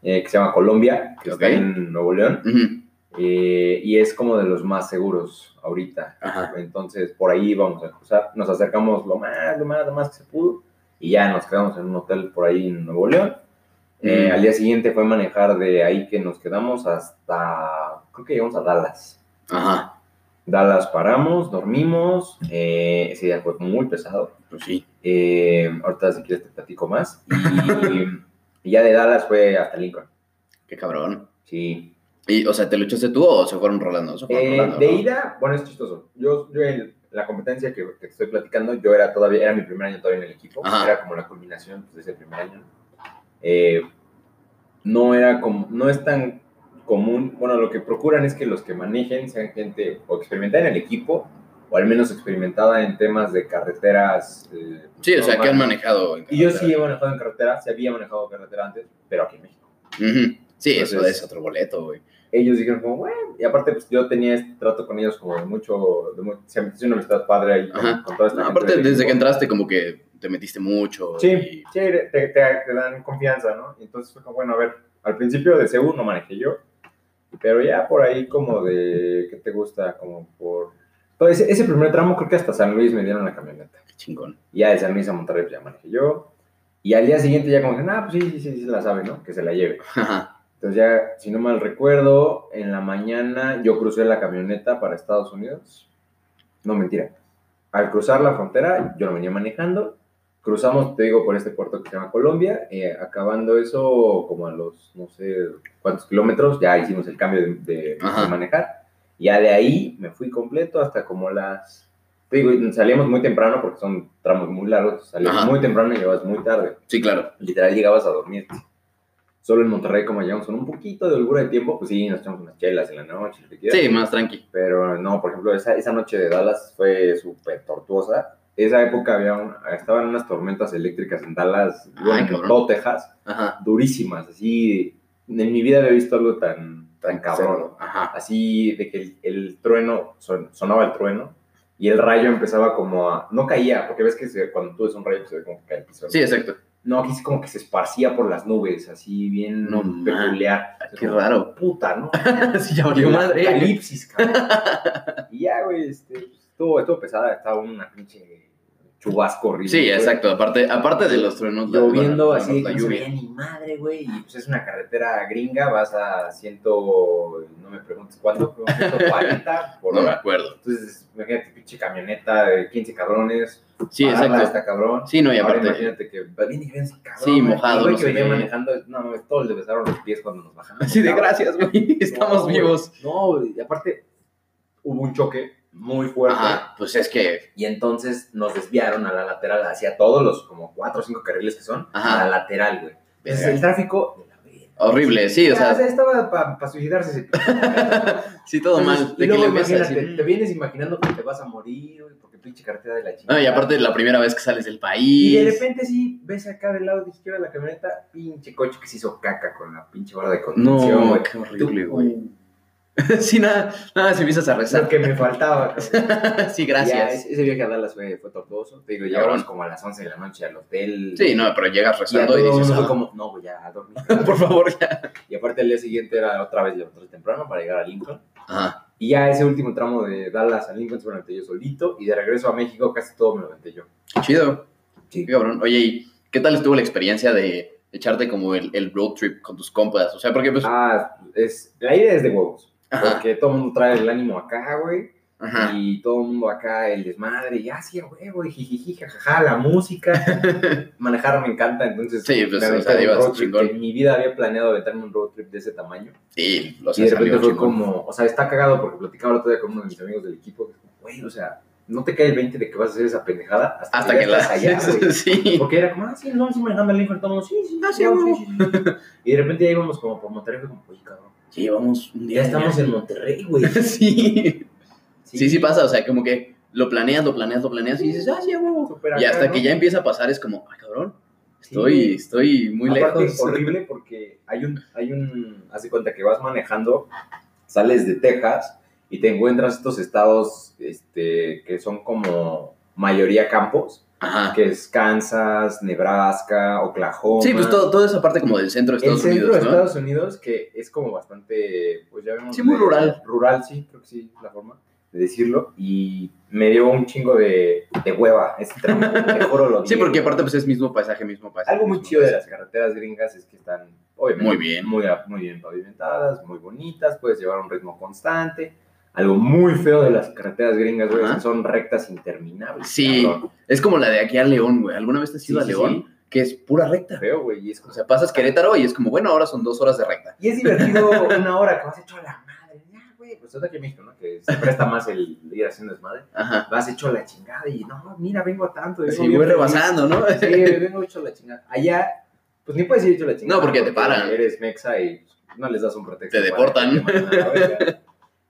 eh, que se llama Colombia, que Ok. está en Nuevo León, Ujú. eh, y es como de los más seguros ahorita. Ajá. Entonces, por ahí vamos a cruzar, nos acercamos lo más, lo más, lo más que se pudo, y ya nos quedamos en un hotel por ahí en Nuevo León. Eh, Mm. Al día siguiente fue manejar de ahí que nos quedamos hasta, creo que llegamos a Dallas. Ajá. Dallas paramos, dormimos, eh, ese día fue muy pesado. Pues sí. Eh, ahorita si quieres te platico más. Y, y ya de Dallas fue hasta Lincoln. Qué cabrón. Sí. Y, o sea, ¿te luchaste tú o se fueron rolando? Se fueron Eh, rolando, de ¿no? ida, bueno, es chistoso. Yo, yo en la competencia que, que estoy platicando, yo era todavía, era mi primer año todavía en el equipo. Ajá. Era como la culminación pues, de ese primer año. Eh, no era como, no es tan común. Bueno, lo que procuran es que los que manejen sean gente o experimentada en el equipo o al menos experimentada en temas de carreteras. eh, Sí, o sea, que han normales. manejado. en Y yo sí carretera. he manejado en carretera, se había manejado en carretera antes, pero aquí en México. Ujú. Sí, eso Entonces- pues, es otro boleto, güey. Ellos dijeron como, bueno, y aparte pues yo tenía este trato con ellos como de mucho, de mu- se me hizo una amistad padre ahí con, Ajá. con toda esta No, gente aparte, del desde que equipo. entraste, como que te metiste mucho. Sí, sí, te, te- te dan confianza, ¿no? Y Entonces fue como, bueno, a ver, al principio de CU no manejé yo, pero ya por ahí como de, ¿qué te gusta? Como por... Todo ese, ese primer tramo creo que hasta San Luis me dieron la camioneta. y- qué chingón. Ya de San Luis a Monterrey pues, ya manejé yo. Y al día siguiente ya como que, ah, pues sí, sí, sí, sí, la sabe, ¿no? Que se la lleve. Ajá. Entonces ya, si no mal recuerdo, en la mañana yo crucé la camioneta para Estados Unidos. No, mentira. Al cruzar la frontera, yo lo venía manejando. Cruzamos, te digo, por este puerto que se llama Colombia. eh, acabando eso, como a los, no sé, cuántos kilómetros, ya hicimos el cambio de, de- de Ajá. manejar. Ya de ahí me fui completo hasta como las... Te digo, salíamos muy temprano porque son tramos muy largos. Salíamos Ajá. muy temprano y llegabas muy tarde Sí, claro. literal llegabas a dormirte. Solo en Monterrey, como llegamos con un poquito de holgura de tiempo, pues sí, nos echamos unas chelas en la noche, lo que quieras. Sí, más tranqui. Pero no, por ejemplo, esa, esa noche de Dallas fue súper tortuosa. Esa época había un- estaban unas tormentas eléctricas en Dallas, Ay, bueno, en cabrón. todo Texas, Ajá. durísimas, así. En mi vida había visto algo tan, tan cabrón. Ajá. Así de que el, el trueno, son- sonaba el trueno, y el rayo empezaba como a... No caía, porque ves que se- cuando tú ves un rayo, pues, se ve como que cae el piso. ¿no? Sí, exacto. No, aquí sí como que se esparcía por las nubes, así bien No peculiar. Mm, ah, Qué raro. Puta, ¿no? sí, ya valió La madre. Apocalipsis, cabrón. y ya, güey, este, estuvo, estuvo pesada, estaba una pinche chubasco horrible. Sí, güey. exacto. Aparte, aparte de los truenos, la- Lloviendo bueno, así, la que no se veía lluvia. ni madre, güey. Y pues es una carretera gringa, vas a ciento, no me preguntes cuánto, pero 140 por No me hora. acuerdo. Entonces, imagínate, pinche camioneta de 15 cabrones. Sí, pararla exacto. Está cabrón. Sí, no, y Ahora aparte. imagínate que viene y viene ese cabrón. Sí, güey, mojado, el güey no que sé venía qué. manejando, no, mames, todos le besaron los pies cuando nos bajamos. Así de gracias, güey. Estamos No, güey, vivos. No, güey, y aparte hubo un choque muy fuerte. Ajá, pues es que, Y entonces nos desviaron a la lateral, hacia todos los como cuatro o cinco carriles que son, Ajá. a la lateral, güey. Entonces verga, el tráfico... de la verga. horrible, sí, o Ya, sea, Estaba para suicidarse. ese p- sí, todo mal. De Entonces, Pues, y que luego le ves imagínate, así, te vienes imaginando que te vas a morir, güey, porque pinche carretera de la chica. No, y aparte la primera vez que sales del Y país. de repente sí, ves acá del lado izquierdo de la camioneta, pinche coche que se hizo caca con la pinche barra de contención, No, güey. qué horrible, Tú, güey. Sí, nada, nada, si empiezas a Lo rezar. que me faltaba. cabrón. Sí, Ya, gracias. ese ese viaje a Dallas fue, fue tortuoso. Te digo, Cabrón. llegamos como a las 11 de la noche al hotel. Sí, no, pero llegas Y a rezando todo y, el dices, mundo fue "Ah, como, no, güey, ya a dormir. por favor, ya. y aparte el día siguiente era otra vez levantarse temprano para llegar a Lincoln. Ajá. Y ya ese último tramo de Dallas a Lincoln se me lo aventé yo solito. Y de regreso a México casi todo me lo aventé yo. Qué chido. Sí. Qué cabrón. Oye, ¿y qué tal estuvo la experiencia de echarte como el, el road trip con tus compas? O sea, porque pues... Ah, es, la idea es de huevos. ajá, Porque todo el mundo trae el ánimo acá, güey. ajá. Y todo el mundo acá, el desmadre, y así, a huevo, y jijiji, jajaja, la música. Manejar me encanta, entonces. Sí, pues, me o aventé sea, un ibas road trip chingón. que En mi vida había planeado aventarme un road trip de ese tamaño. Sí, lo y de sé, repente salió fue chingón. como, o sea, está cagado porque platicaba el otro día con uno de mis amigos del equipo. que, Güey, o sea, no te cae el 20 de que vas a hacer esa pendejada hasta, Hasta ya que la... estás allá, güey. sí. Porque era como, ah, sí, no, sí, manejando el Lincoln, todo el mundo, sí, sí, Ah, sí, sí, a huevo. sí, sí, sí, sí. Y de repente ya íbamos como por Monterrey, fue como, oye, cabrón, Sí, vamos un ya día. estamos en Monterrey, güey. Sí. sí, sí pasa, o sea, como que lo planeas, lo planeas, lo planeas y dices, ah, sí, a huevo. Súper Y acá, hasta que ¿no? ya empieza a pasar es como, ah, cabrón, Sí. estoy, estoy muy Aparte, lejos. horrible porque hay un, hay un, hace cuenta que vas manejando, sales de Texas y te encuentras estos estados este, que son como mayoría campos, Ajá. que es Kansas, Nebraska, Oklahoma. Sí, pues todo, toda esa parte como del centro de El Estados centro de Unidos, ¿no? Estados Unidos, que es como bastante, pues ya vemos. Sí, muy de- rural. Rural, sí, creo que sí, es la forma de decirlo. Y me dio un chingo de, de hueva este tramo, te juro lo Sí, odié. porque aparte pues es mismo paisaje, mismo paisaje. Algo muy mismo chido de las paisaje. carreteras gringas es que están, obviamente, Muy bien. Muy, a- muy bien pavimentadas, muy bonitas, puedes llevar un ritmo constante. Algo muy feo de las carreteras gringas, güey, es Ajá. que son rectas interminables. Sí, cabrón. Es como la de aquí a León, güey. ¿Alguna vez te has Sí, ido a sí, León? Que es pura recta. Feo, güey. Y es, O como- sea, pasas Querétaro y es como, bueno, ahora son dos horas de recta. y es divertido una hora que vas hecho a la madre. Ya, güey, pues es aquí en México, ¿no? Que se presta más el ir haciendo desmadre. Ajá. Vas hecho a la chingada y no, mira, vengo a tanto. vengo Sí, bien voy feliz. rebasando, ¿no? Sí, vengo hecho a la chingada. Allá, pues ni puedes ir hecho a la chingada. No, porque te paran. Eres mexa y no les das un pretexto. Te para deportan. que te manden a la verga.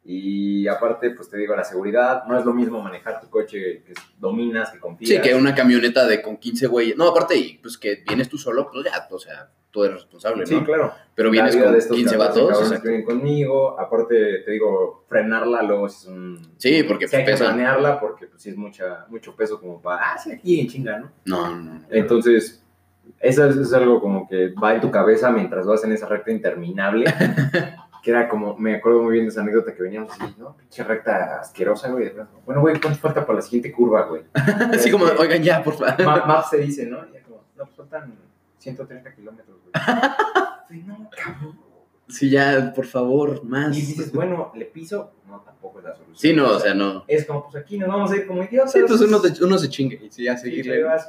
Y aparte, pues te digo, la seguridad, no es lo mismo manejar tu coche que dominas, que confías. Sí, que una camioneta de con 15 güeyes. No, aparte, y, pues que vienes tú solo, pues ya, o sea, tú eres responsable, Sí, ¿no? claro. Pero vienes La vida con de estos 15 cabrones, vatos. cabrones o sea, que vienen conmigo. Aparte, te digo, frenarla luego sí es un... sí, porque Sí hay que pesan. planearla porque pues sí es mucha, mucho peso como para, ah, sí, aquí en chinga, ¿no? No, no, no. Entonces, eso es, es algo como que va en tu cabeza mientras vas en esa recta interminable. que era como, me acuerdo muy bien de esa anécdota que veníamos así, ¿no? Pinche recta asquerosa, güey. de pronto, Bueno, güey, ¿cuánto falta para la siguiente curva, güey? Así como, oigan, ya, por favor. Ma- Maps se dice, ¿no? Y era como, no, pues faltan 130 kilómetros, güey. Sí, no, cabrón. Sí, ya, por favor, Y más. dices, bueno, pues, ¿le piso? No, tampoco es la solución. Ah, Sí, no, o sea, no. Es como, pues aquí nos vamos a ir como idiotas. Sí, entonces uno, te- uno se chingue. y Sí, a Sí, seguirle. le vas,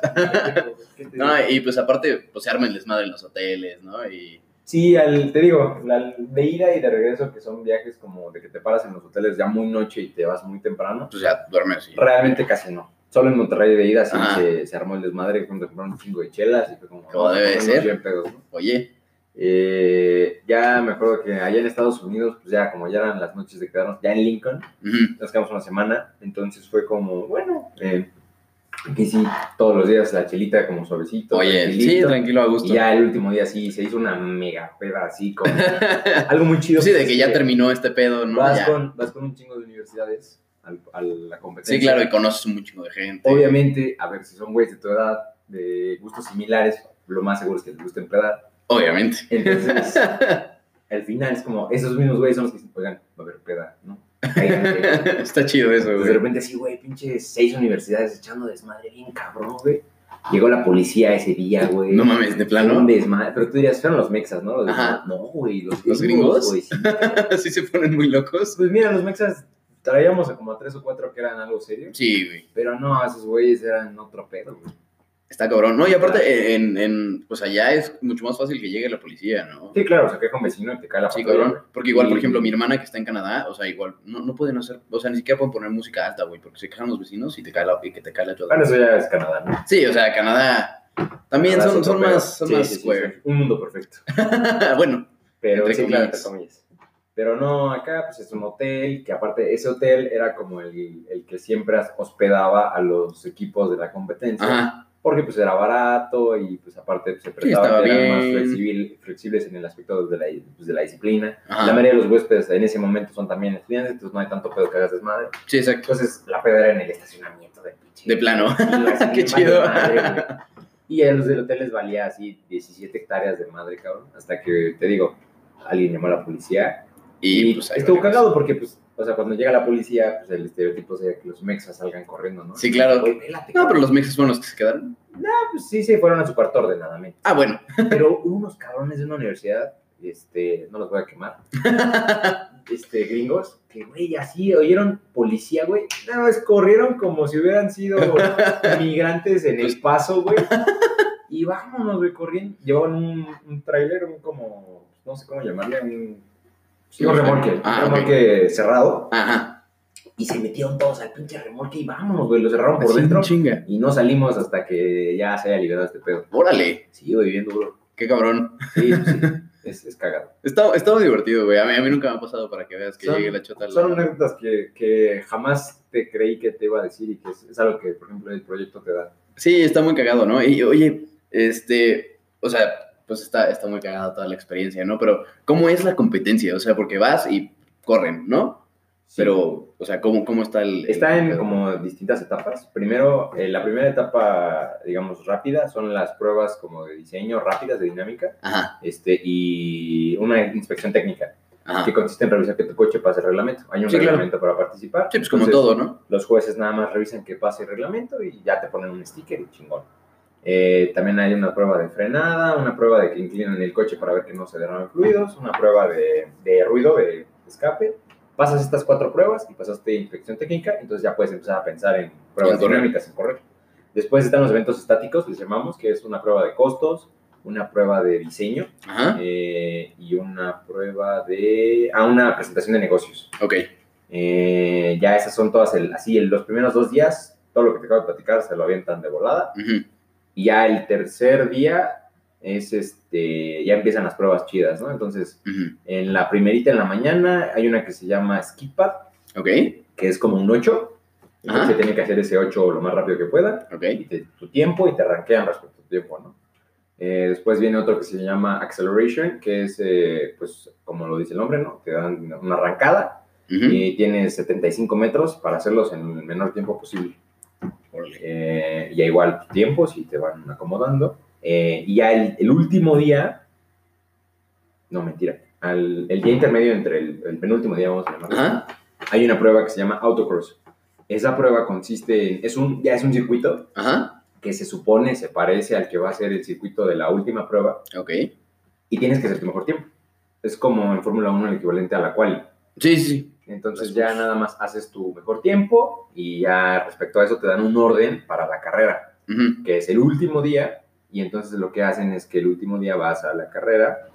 ¿qué te digo? No, y pues aparte, pues se arma el desmadre en los hoteles, ¿no? Y Sí, al, te digo, la de ida y de regreso, que son viajes como de que te paras en los hoteles ya muy noche y te vas muy temprano, pues ya duermes. así. realmente casi no. Solo en Monterrey de ida sí Ajá. se, se armó el desmadre, cuando compraron un chingo de chelas y fue como... Como debe de no, ser. bien pedos, ¿no? Oye, Eh, ya me acuerdo que allá en Estados Unidos, pues ya como ya eran las noches de quedarnos ya en Lincoln, ujú, nos quedamos una semana, entonces fue como, bueno, eh, aquí sí, todos los días la chelita como suavecito. oye, sí, tranquilito. tranquilo, a gusto. Y ya el último día sí, se hizo una mega peda así con algo muy chido. Sí, de es que ya terminó este pedo, ¿no? Vas Ya. con, vas con un chingo de universidades al- a la competencia. Sí, claro, y conoces un chingo de gente. Obviamente, a ver, si son güeyes de tu edad, de gustos similares, lo más seguro es que les gusten pedar. Obviamente. Entonces, al final es como, esos mismos güeyes son los que dicen, oigan, va a haber peda, ¿no? Cáiganse. Está chido eso, Entonces, de güey. repente así, güey, pinche seis universidades echando desmadre bien cabrón, güey. Llegó la policía ese día, güey. No mames, de Un plano. desmadre. Pero tú dirías, fueron los mexas, ¿no? Los Ajá. desmadres. No, güey, los, ¿Los gringos? güey, sí, güey. Así se ponen muy locos. pues mira, los mexas traíamos a como a tres o cuatro que eran algo serio. Sí, güey. Pero no, esos güeyes eran otro pedo, güey. Está cabrón. No, y aparte, en, en- pues allá es mucho más fácil que llegue la policía, ¿no? Sí, claro, se queja un vecino y te cae la Sí, patrulla, cabrón. güey. Porque igual, por Y- ejemplo, mi hermana que está en Canadá, o sea, igual, no, no pueden hacer, o sea, ni siquiera pueden poner música alta, güey, porque se quejan los vecinos y te cae la, y que te cae la chota. Bueno, eso ya es Canadá, ¿no? Sí, o sea, Canadá también Canadá son, es otro son pedo. más, son Sí, más sí, sí, square. sí. Un mundo perfecto. bueno, Pero Entre sí, claro, comillas. entre comillas. Pero no, acá pues es un hotel, que aparte ese hotel era como el, el que siempre hospedaba a los equipos de la competencia, ajá, porque pues era barato y pues aparte pues, se prestaba estaba que eran más bien. flexibil- flexibles en el aspecto de la, pues, de la disciplina. La ajá. mayoría de los huéspedes en ese momento son también estudiantes, entonces no hay tanto pedo que hagas desmadre. Sí, exacto. Entonces la peda era en el estacionamiento de pinche. De plano. Así, Qué vale chido. madre, güey. y a los del hotel les valía así 17 hectáreas de madre, cabrón. Hasta que, te digo, alguien llamó a la policía. Y, pues ahí estuvo va la cosa. cagado porque, pues, o sea, cuando llega la policía, pues el estereotipo sería que los mexas salgan corriendo, ¿no? Sí, claro. Güey, pélate, No, pero cabrón. los mexas fueron los que se quedaron. Ah, pues, sí, sí, fueron a su cuarto ordenadamente. Ah, bueno. Pero hubo unos cabrones de una universidad, este, no los voy a quemar, este, gringos, que, güey, así oyeron policía, güey. Nada más corrieron como si hubieran sido migrantes en Pues El Paso, güey. Y vámonos, güey, corriendo. Llevaban un, un trailer, un como, no sé cómo llamarle, un, sí, un remolque, Ah, un ok. remolque cerrado. Ajá. Y se metieron todos al pinche remolque y vámonos, güey, lo cerraron por Así, dentro. chinga. Y no salimos hasta que ya se haya liberado este pedo. Órale, Sí, güey, bien duro. qué cabrón. Sí, sí, es, es cagado. Está, está muy divertido, güey. A mí, a mí nunca me ha pasado para que veas que Son- llegue la chota. a la- Son anécdotas que, que jamás te creí que te iba a decir y que es, es algo que, por ejemplo, el proyecto te da. Sí, está muy cagado, ¿no? Y oye, este, o sea, pues está, está muy cagada toda la experiencia, ¿no? Pero, ¿cómo es la competencia? O sea, porque vas y corren, ¿no? Pero, o sea, ¿cómo, cómo está el. el- Está en el- como distintas etapas. Primero, eh, la primera etapa, digamos, rápida, son las pruebas como de diseño rápidas de dinámica Ajá, este, y una inspección técnica, ajá. que consiste en revisar que tu coche pase el reglamento. Hay un Sí, claro. reglamento para participar. Sí, pues como Entonces, todo, ¿no? Los jueces nada más revisan que pase el reglamento y ya te ponen un sticker y chingón. Eh, también hay una prueba de frenada, una prueba de que inclinan el coche para ver que no se derramen fluidos, una prueba de, de ruido, de escape. Pasas estas cuatro pruebas y pasaste inspección técnica, entonces ya puedes empezar a pensar en pruebas En correr. dinámicas, en correr. Después están los eventos estáticos, les llamamos, que es una prueba de costos, una prueba de diseño Ajá. eh, y una prueba de... a una presentación de negocios. Ok. Eh, ya esas son todas, el, así, en los primeros dos días, todo lo que te acabo de platicar se lo avientan de volada. ujú. Y ya el tercer día es este, ya empiezan las pruebas chidas, ¿no? Entonces, Ujú, en la primerita en la mañana hay una que se llama Skip Pad, Ok, que es como un 8. Entonces Ajá. tienen que hacer ese 8 lo más rápido que puedan, ok. y te- tu tiempo y te rankean respecto a tu tiempo, ¿no? Eh, después viene otro que se llama Acceleration, que es, eh, pues, como lo dice el nombre, ¿no? Te dan una arrancada ujú, y tienes 75 metros para hacerlos en el menor tiempo posible. órale, Eh, y ya igual tus tiempos y te van acomodando. Eh, y ya el, el último día, no mentira, al- el día intermedio entre el, el penúltimo día, vamos a llamarlo, Ajá, hay una prueba que se llama autocross. Esa prueba consiste en, es un, ya es un circuito ajá. que se supone se parece al que va a ser el circuito de la última prueba Ok. y tienes que hacer tu mejor tiempo. Es como en Fórmula 1 el equivalente a la quali. Sí, sí, sí. Entonces Pues, ya pues. nada más haces tu mejor tiempo y ya respecto a eso te dan un orden para la carrera, ujú, que es el último día y entonces lo que hacen es que el último día vas a la carrera,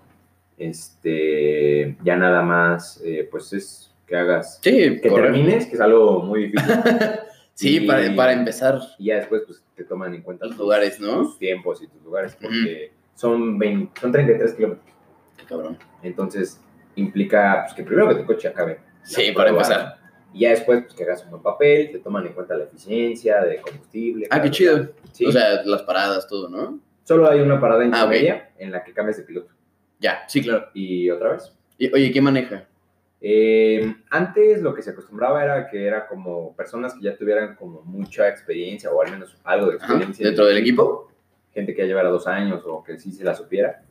este, ya nada más, eh, pues es que hagas, Sí, que correr. termines, que es algo muy difícil Sí, Y- para, para empezar y ya después pues te toman en cuenta los tus- lugares, ¿no? tus tiempos y tus lugares porque son, 20 son 33 kilómetros, Qué cabrón. entonces implica pues, que primero que tu coche acabe Sí, para prueba. empezar. Y ya después, pues que hagas un buen papel, te toman en cuenta la eficiencia de combustible. Ah, qué bla, chido. bla, bla. Sí. O sea, las paradas, todo, ¿no? solo hay una parada intermedia Ah, ok. en la que cambias de piloto. Ya, sí, claro. Y otra vez. Y, oye, ¿qué maneja? Eh, antes lo que se acostumbraba era que era como personas que ya tuvieran como mucha experiencia o al menos algo de Ajá, experiencia. ¿Dentro del equipo? Gente que ya llevara dos años o que sí se la supiera,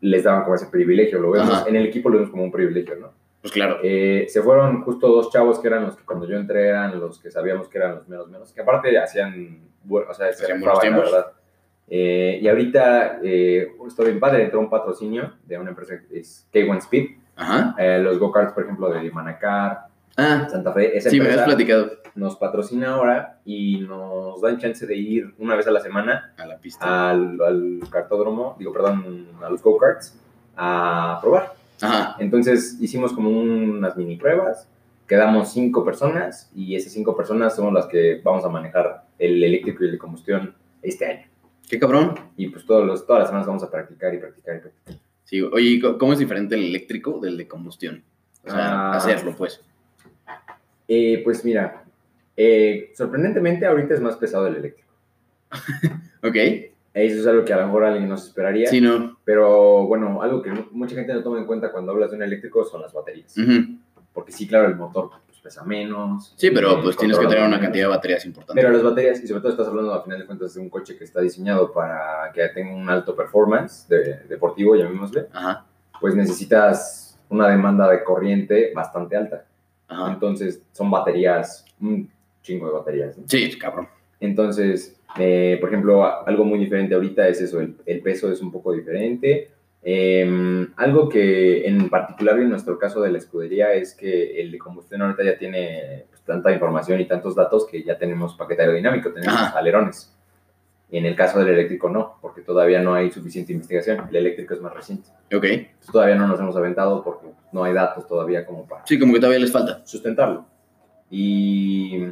les daban como ese privilegio. Lo vemos Ajá. en el equipo, lo vemos como un privilegio, ¿no? Pues claro. Eh, se fueron justo dos chavos que eran los que cuando yo entré eran los que sabíamos que eran los menos menos, que aparte hacían, bueno, o sea, se Hacían rifaban, la buenos tiempos. verdad. Eh, y ahorita eh, estoy bien padre, entró un patrocinio de una empresa que es K1 Speed, Ajá. eh, los go-karts, por ejemplo, de Manacar, Ah, Santa Fe, esa sí, me empresa has platicado. nos patrocina ahora y nos dan chance de ir una vez a la semana a la pista. al, al cartódromo, digo, perdón, a los go-karts, a probar. Ajá. Entonces hicimos como unas mini pruebas, quedamos cinco personas y esas cinco personas somos las que vamos a manejar el eléctrico y el de combustión este año. Qué cabrón. Y pues todos los, todas las semanas vamos a practicar y practicar y practicar. Sí, güey. oye, ¿y co- ¿cómo es diferente el eléctrico del de combustión? O sea, Ah. hacerlo, pues. Eh, pues mira, eh, sorprendentemente ahorita es más pesado el eléctrico. Ok. Eso es algo que a lo mejor alguien no se esperaría, Sí, no. pero bueno, algo que mu- mucha gente no toma en cuenta cuando hablas de un eléctrico son las baterías. Ujú. Porque sí, claro, el motor pues, pesa menos. Sí, pero eh, pues tienes que tener controla una menos. cantidad de baterías importante. Pero las baterías, y sobre todo estás hablando a final de cuentas de un coche que está diseñado para que tenga un alto performance de- deportivo, llamémosle, Ajá. pues necesitas una demanda de corriente bastante alta. Ajá. Entonces, son baterías, un chingo de baterías. ¿no? Sí, cabrón. Entonces, eh, por ejemplo, a- algo muy diferente ahorita es eso, el, el peso es un poco diferente. Eh, algo que en particular en nuestro caso de la escudería es que el de combustión ahorita ya tiene pues, tanta información y tantos datos que ya tenemos paquete aerodinámico, tenemos Ajá. alerones. Y en el caso del eléctrico no, porque todavía no hay suficiente investigación. El eléctrico es más reciente. Ok. Entonces, todavía no nos hemos aventado porque no hay datos todavía como para Sí, como que todavía les falta. sustentarlo. Y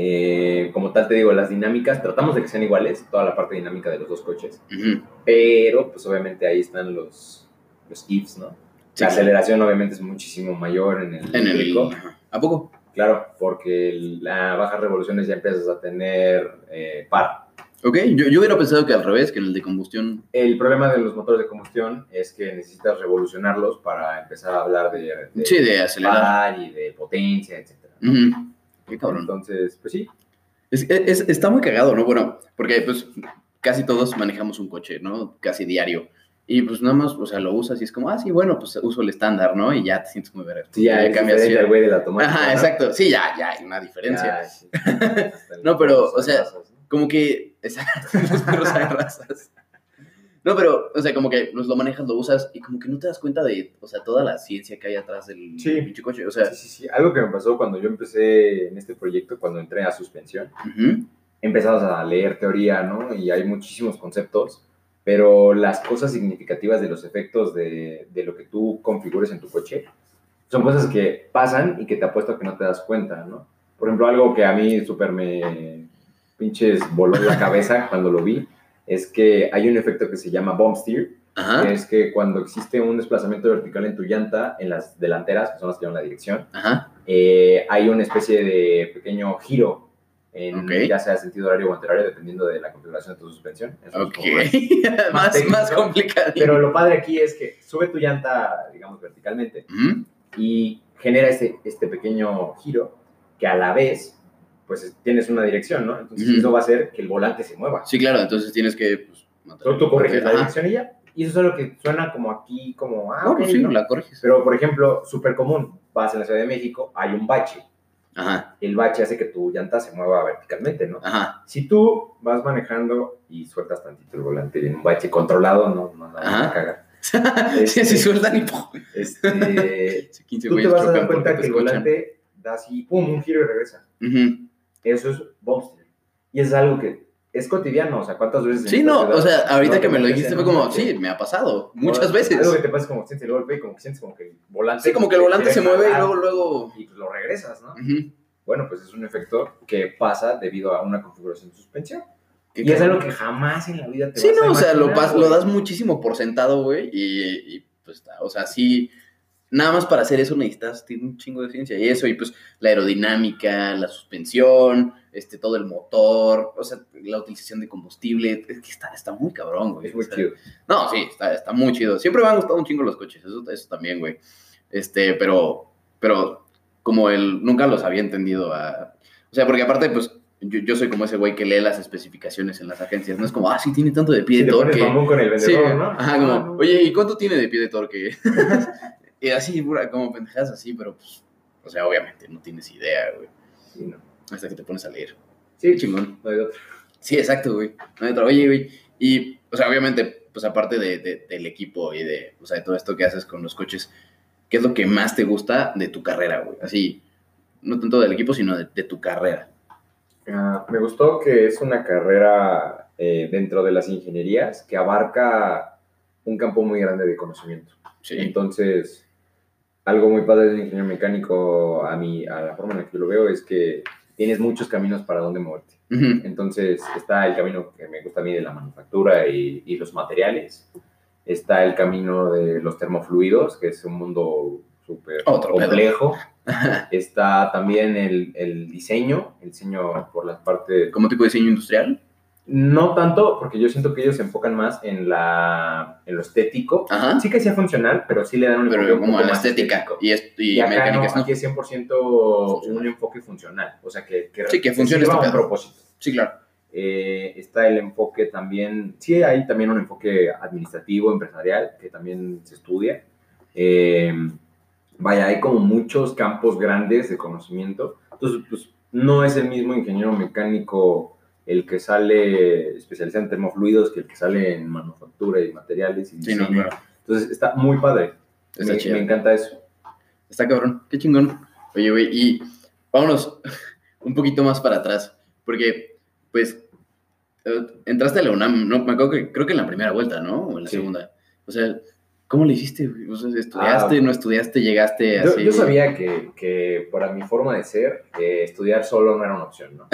eh, como tal te digo, las dinámicas, tratamos de que sean iguales, toda la parte dinámica de los dos coches, Ujú. pero pues obviamente ahí están los, los ifs, ¿no? Sí, la claro. aceleración obviamente es muchísimo mayor en el, En el... eléctrico, ajá. ¿A poco? claro, porque la bajas revoluciones ya empiezas a tener eh, par. Ok, yo, yo hubiera pensado que al revés, que en el de combustión... El problema de los motores de combustión es que necesitas revolucionarlos para empezar a hablar de, de Sí, de acelerar. par y de potencia, etc. Ujú. Qué cabrón. Entonces, pues sí, Es, es- está muy cagado, ¿no? Bueno, porque pues casi todos manejamos un coche, ¿no? Casi diario. Y pues nada más, o sea, lo usas y es como, ah, sí, bueno, pues uso el estándar, ¿no? Y ya te sientes muy verga. Sí, ya, Le es diferente al güey de la automática. Ajá, ¿no? exacto. Sí, ya, ya, hay una diferencia. Ya, sí. Hasta el- No, pero, o los sea, abrazos, ¿no? Como que, exacto, los perros hay razas. No, pero, o sea, como que pues, lo manejas, lo usas y como que no te das cuenta de, o sea, toda la ciencia que hay atrás del Sí. pinche coche. O sea, Sí, sí, sí. Algo que me pasó cuando yo empecé en este proyecto, cuando entré a suspensión, ujú, empezabas a leer teoría, ¿no? Y hay muchísimos conceptos, pero las cosas significativas de los efectos de, de lo que tú configures en tu coche son cosas que pasan y que te apuesto a que no te das cuenta, ¿no? Por ejemplo, algo que a mí súper me pinches voló la cabeza cuando lo vi es que hay un efecto que se llama bomb steer, que ajá, es que cuando existe un desplazamiento vertical en tu llanta, en las delanteras, que son las que llevan la dirección, ajá, eh, hay una especie de pequeño giro, en, Ok. ya sea sentido horario o antihorario, dependiendo de la configuración de tu suspensión. Eso es ok. como más. más, técnico. más complicado. Pero lo padre aquí es que sube tu llanta, digamos, verticalmente y genera este, este pequeño giro que a la vez, pues es- tienes una dirección, ¿no? Entonces Ujú. eso va a hacer que el volante se mueva. Sí, claro, entonces tienes que pues, mantener- Tú, tú corriges la Ajá. dirección y ya. Y eso es lo que suena como aquí, como, ah, No, ok, pues sí, ¿no? la corriges. Pero, por ejemplo, súper común, vas en la Ciudad de México, hay un bache. Ajá, El bache hace que tu llanta se mueva verticalmente, ¿no? ajá, Si tú vas manejando y sueltas tantito el volante en un bache controlado, no, no, no, Ajá. caga. Sí, sí, sueltan y pues, ¡pum! Este, 15 tú te güeyes vas a dar chocan porque cuenta te que el escuchan. volante da así, pum, un giro y regresa. Ujú. Eso es bumster. Y es algo que es cotidiano, o sea, ¿cuántas veces? en Sí, esta no, ciudad o sea, ahorita no te que me lo metes dijiste en fue un como, bache? sí, me ha pasado muchas Ahora, Algo que veces. te pasa como que sientes el golpe y como que sientes como que el volante... Sí, como que el te volante se quiere mueve y jalar luego, luego... Y pues, lo regresas, ¿no? Ujú. Bueno, pues es un efecto que pasa debido a una configuración de suspensión. Qué y es cabrón. algo que jamás en la vida te Sí, vas a no, o sea, lo, imaginar, pas- güey. lo das muchísimo por sentado, güey, y, y, pues, está, o sea, sí, nada más para hacer eso necesitas, tiene un chingo de ciencia, y eso, y pues la aerodinámica, la suspensión, este, todo el motor, o sea, la utilización de combustible, es que está, está muy cabrón, güey. Es muy o sea, chido. No, sí, está, está muy chido, siempre me han gustado un chingo los coches, eso, eso también, güey, este, pero, pero como él, nunca los había entendido a, o sea, porque aparte, pues, yo, yo soy como ese güey que lee las especificaciones en las agencias, no es como, ah, sí, tiene tanto de pie Si de te pones torque, mamón con el Sí, vendedor, ¿no? ajá, Ah, como, no. oye, ¿y cuánto tiene de pie de torque? y así, pura, como pendejadas así, pero pues, o sea, obviamente no tienes idea, güey, Sí, no. hasta que te pones a leer. Sí, chingón. no hay otro. Sí, exacto, güey. No hay otra. Oye, güey, y, o sea, obviamente, pues aparte de, de- del equipo y de, o sea, de todo esto que haces con los coches, ¿qué es lo que más te gusta de tu carrera, güey? Así, no tanto del equipo, sino de, de tu carrera. Ah, me gustó que es una carrera eh, dentro de las ingenierías que abarca un campo muy grande de conocimiento. Sí, Entonces, algo muy padre del ingeniero mecánico, a, mí, a la forma en la que yo lo veo, es que tienes muchos caminos para dónde moverte. Ujú. Entonces, está el camino que me gusta a mí de la manufactura y, y los materiales. Está el camino de los termofluidos, que es un mundo súper Otro pedo. complejo. Está también el, el diseño, el diseño por la parte... como tipo de diseño industrial. No tanto, porque yo siento que ellos se enfocan más en, la, en lo estético. Ajá. Sí que sea funcional, pero sí le dan un enfoque Ah. pero un como poco a la más estética estético. y, est- y Y acá no, mecánicas, ¿no? aquí es 100% un Funcional. enfoque funcional, o sea, que, que, Sí, que funcione sirva este a un pedo. propósito. Sí, claro. Eh, está el enfoque también, sí, hay también un enfoque administrativo, empresarial, que también se estudia. Eh, vaya, hay como muchos campos grandes de conocimiento. Entonces, pues, no es el mismo ingeniero mecánico el que sale especializado en termofluidos que el que sale en manufactura y materiales. Y Sí, no, diseño. claro. Entonces, está muy padre. Está me, chido. me encanta eso. Está cabrón. Qué chingón. Oye, güey, y vámonos un poquito más para atrás. Porque, pues, eh, entraste a la UNAM, ¿no? Me acuerdo que creo que en la primera vuelta, ¿no? O en la Sí. segunda. O sea, ¿cómo le hiciste? güey? O sea, ¿estudiaste, Ah. no estudiaste, llegaste Yo, así? yo sabía que, que para mi forma de ser, eh, estudiar solo no era una opción, ¿no?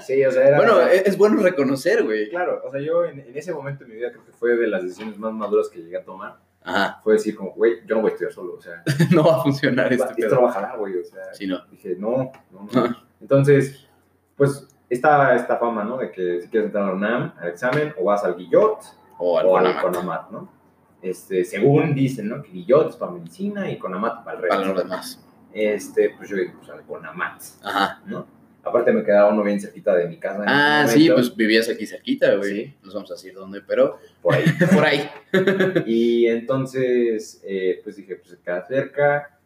Sí, o sea, era... Bueno, e, es, es bueno reconocer, güey. Claro, o sea, yo en, en ese momento de mi vida creo que fue de las decisiones más maduras que llegué a tomar. Ajá, Fue decir como, güey, yo no voy a estudiar solo, o sea, no va a funcionar este esto pedo. no bajará, güey, o sea. Sí, Ah. no. Dije, no, no, no. Entonces, pues, está esta fama, ¿no? De que si quieres entrar a la UNAM, al examen, o vas al Guillot, O al o al Panamá. Conamat, ¿no? Este, según dicen, ¿no? Que Guillot es para medicina y Conamat para el Para los resto. demás. Este, pues yo dije, pues al Conamat, Ajá. ¿no? Aparte me quedaba uno bien cerquita de mi casa. en ese Ah, sí, momento, pues vivías aquí cerquita, güey. Sí. Nos vamos a decir dónde, pero Por ahí. por ahí. Y entonces, eh, pues dije, pues queda cerca.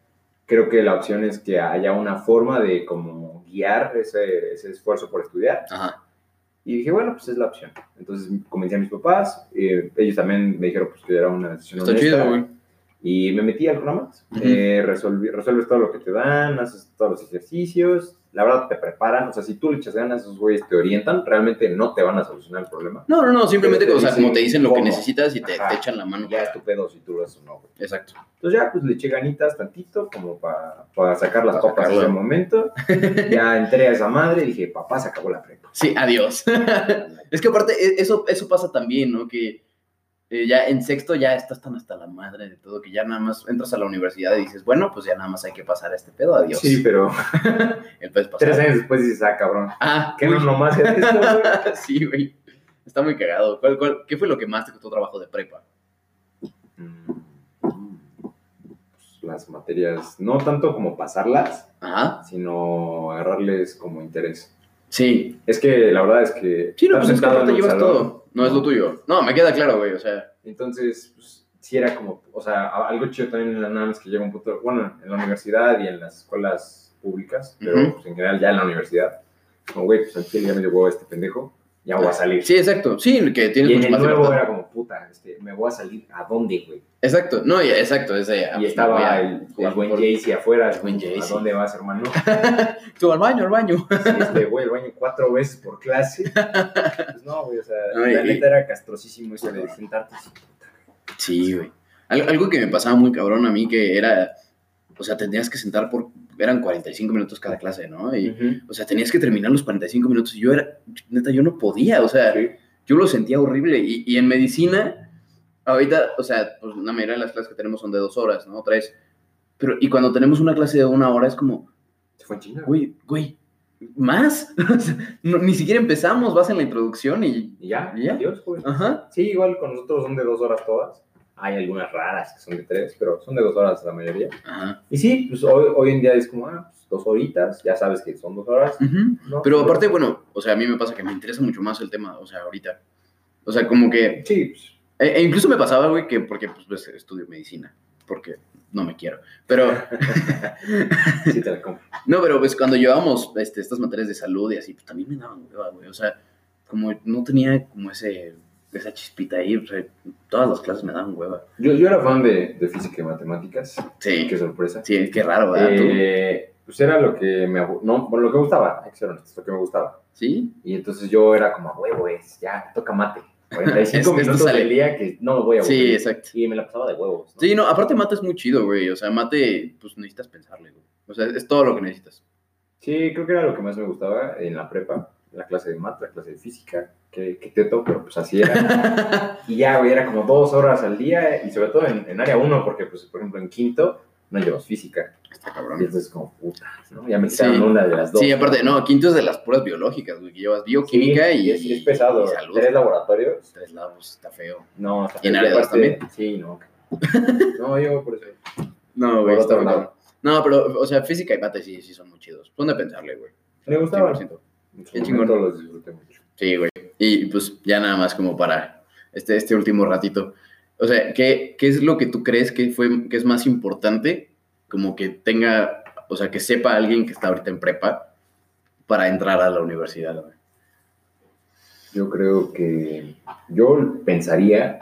Creo que la opción es que haya una forma de como guiar ese, ese esfuerzo por estudiar. Ajá. Y dije, bueno, pues es la opción. Entonces comencé a mis papás. eh, ellos también me dijeron pues, que era una decisión Está honesta. chido, güey. Y me metí al programa. Ujú. Eh, resolví- resuelves todo lo que te dan, haces todos los ejercicios. La verdad, te preparan. O sea, si tú le echas ganas, esos güeyes te orientan. Realmente no te van a solucionar el problema. No, no, no, simplemente, Pero o te sea, como te dicen dicen lo que cómo. necesitas y te, Ajá. te echan la mano. Ya es para- tu pedo si tú lo haces o no, güey. Exacto. Entonces ya pues le eché ganitas tantito como para, para sacar las Para papas en sacarlo. ese momento. Ya entré a esa madre y dije, papá, se acabó la prepa. Sí, adiós. es que aparte, e- eso, eso pasa también, ¿no? Que eh, ya en sexto ya estás tan hasta la madre de todo que ya nada más entras a la universidad y dices, bueno, pues ya nada más hay que pasar a este pedo, adiós. Sí, pero El pez pasado. tres años después dices, ah, cabrón, Ah, ¿qué uy. no nomás es esto? güey? sí, güey. Está muy cagado. ¿Cuál, cuál, ¿Qué fue lo que más te costó trabajo de prepa? Mm, mm, pues, Las materias, no tanto como pasarlas, Ajá. sino agarrarles como interés. Sí, Es que la verdad es que... Sí, no, estar pues es que sentado en aparte un llevas salón, todo. No es lo tuyo. No, me queda claro, güey. O sea, Entonces, pues, sí era como, o sea, a- algo chido también en la NAM es que llega un punto, bueno, en la universidad y en las escuelas públicas, pero Ujú. pues, en general ya en la universidad, como, güey, pues al chile ya me llevó este pendejo, ya voy a salir. sí, exacto. Sí, que tienes y en mucho el más nuevo libertad. era como, puta, este, me voy a salir, ¿a dónde, güey? Exacto. No, y- exacto. Ese, ah, y pues, estaba voy a el, el jugar buen fútbol. Jaycee afuera, El buen como, ¿a Jaycee. dónde vas, hermano? Tú al baño, al baño. Sí, este, güey, el baño cuatro veces por clase. Pues no, güey, o sea, Ay, la y- neta era castrosísimo eso de sentarte así. Sí, güey. Al- algo que me pasaba muy cabrón a mí que era. O sea, tenías que sentar por. Eran 45 minutos cada clase, ¿no? Y, o sea, tenías que terminar los 45 minutos. Y yo era. Neta, yo no podía. O sea, Sí. yo lo sentía horrible. Y, y en medicina, ahorita, o sea, pues la mayoría de las clases que tenemos son de dos horas, ¿no? Tres. Pero, y cuando tenemos una clase de una hora es como, Se fue en chinga. güey. güey, güey, ¿más? O sea, no, ni siquiera empezamos, vas en la introducción y... Y ya, ¿Y ya? adiós, güey. Ajá. Sí, igual con nosotros son de dos horas todas. Hay algunas raras que son de tres, pero son de dos horas la mayoría. Ajá. Y sí, pues hoy, hoy en día es como, ah, pues, dos horitas, ya sabes que son dos horas. Ujú. ¿no? Pero aparte, bueno, o sea, a mí me pasa que me interesa mucho más el tema, o sea, ahorita. O sea, como que... Sí, pues, E, e incluso me pasaba, güey, que porque pues, pues, estudio medicina, porque no me quiero. Pero, sí te la compro. no, pero pues cuando llevábamos este, estas materias de salud y así, pues también me daban hueva, güey. O sea, como no tenía como ese, esa chispita ahí, o sea, todas las clases me daban hueva. Yo, yo era fan de, de física y matemáticas. Sí, Qué sorpresa. sí, qué raro, ¿verdad? Ah, Tú. Eh, pues era lo que me, no, bueno, lo que me gustaba, hay que ser honestos, lo que me gustaba. ¿Sí? Y entonces yo era como, huevo, es, ya, toca mate. 45 Esto minutos sale. del día que no me voy a Sí, aburrir. exacto. Y me la pasaba de huevos. ¿no? Sí, no, aparte mate es muy chido, güey. O sea, mate, pues necesitas pensarle, güey. O sea, es todo lo que necesitas. Sí, creo que era lo que más me gustaba en la prepa, la clase de math, la clase de física, que, que teto, pero pues así era. y ya, güey, era como dos horas al día, y sobre todo en, en área uno, porque, pues, por ejemplo, en quinto no llevas física. Está Y cabrón. entonces, como, puta, ¿no? Ya me quitaron Sí. una de las dos. Sí, aparte, no, quinto es de las puras biológicas, güey, que llevas bioquímica Sí, y, es, es pesado. y salud. Tres laboratorios. Tres lados, está feo. No, o sea, Y en que área dos aparte- Sí, no. no, yo por eso. No, güey, güey, está está muy cabrón. feo. No, pero, o sea, física y mate sí, sí son muy chidos. Pon de pensarle, güey. Me gustaba. 100%. En su Qué momento chingón. los disfruté mucho. Sí, güey. Y pues ya nada más como para este, este último ratito. O sea, ¿qué, qué es lo que tú crees que, fue, que es más importante? Como que tenga, o sea, que sepa alguien que está ahorita en prepa para entrar a la universidad. güey. Yo creo que yo pensaría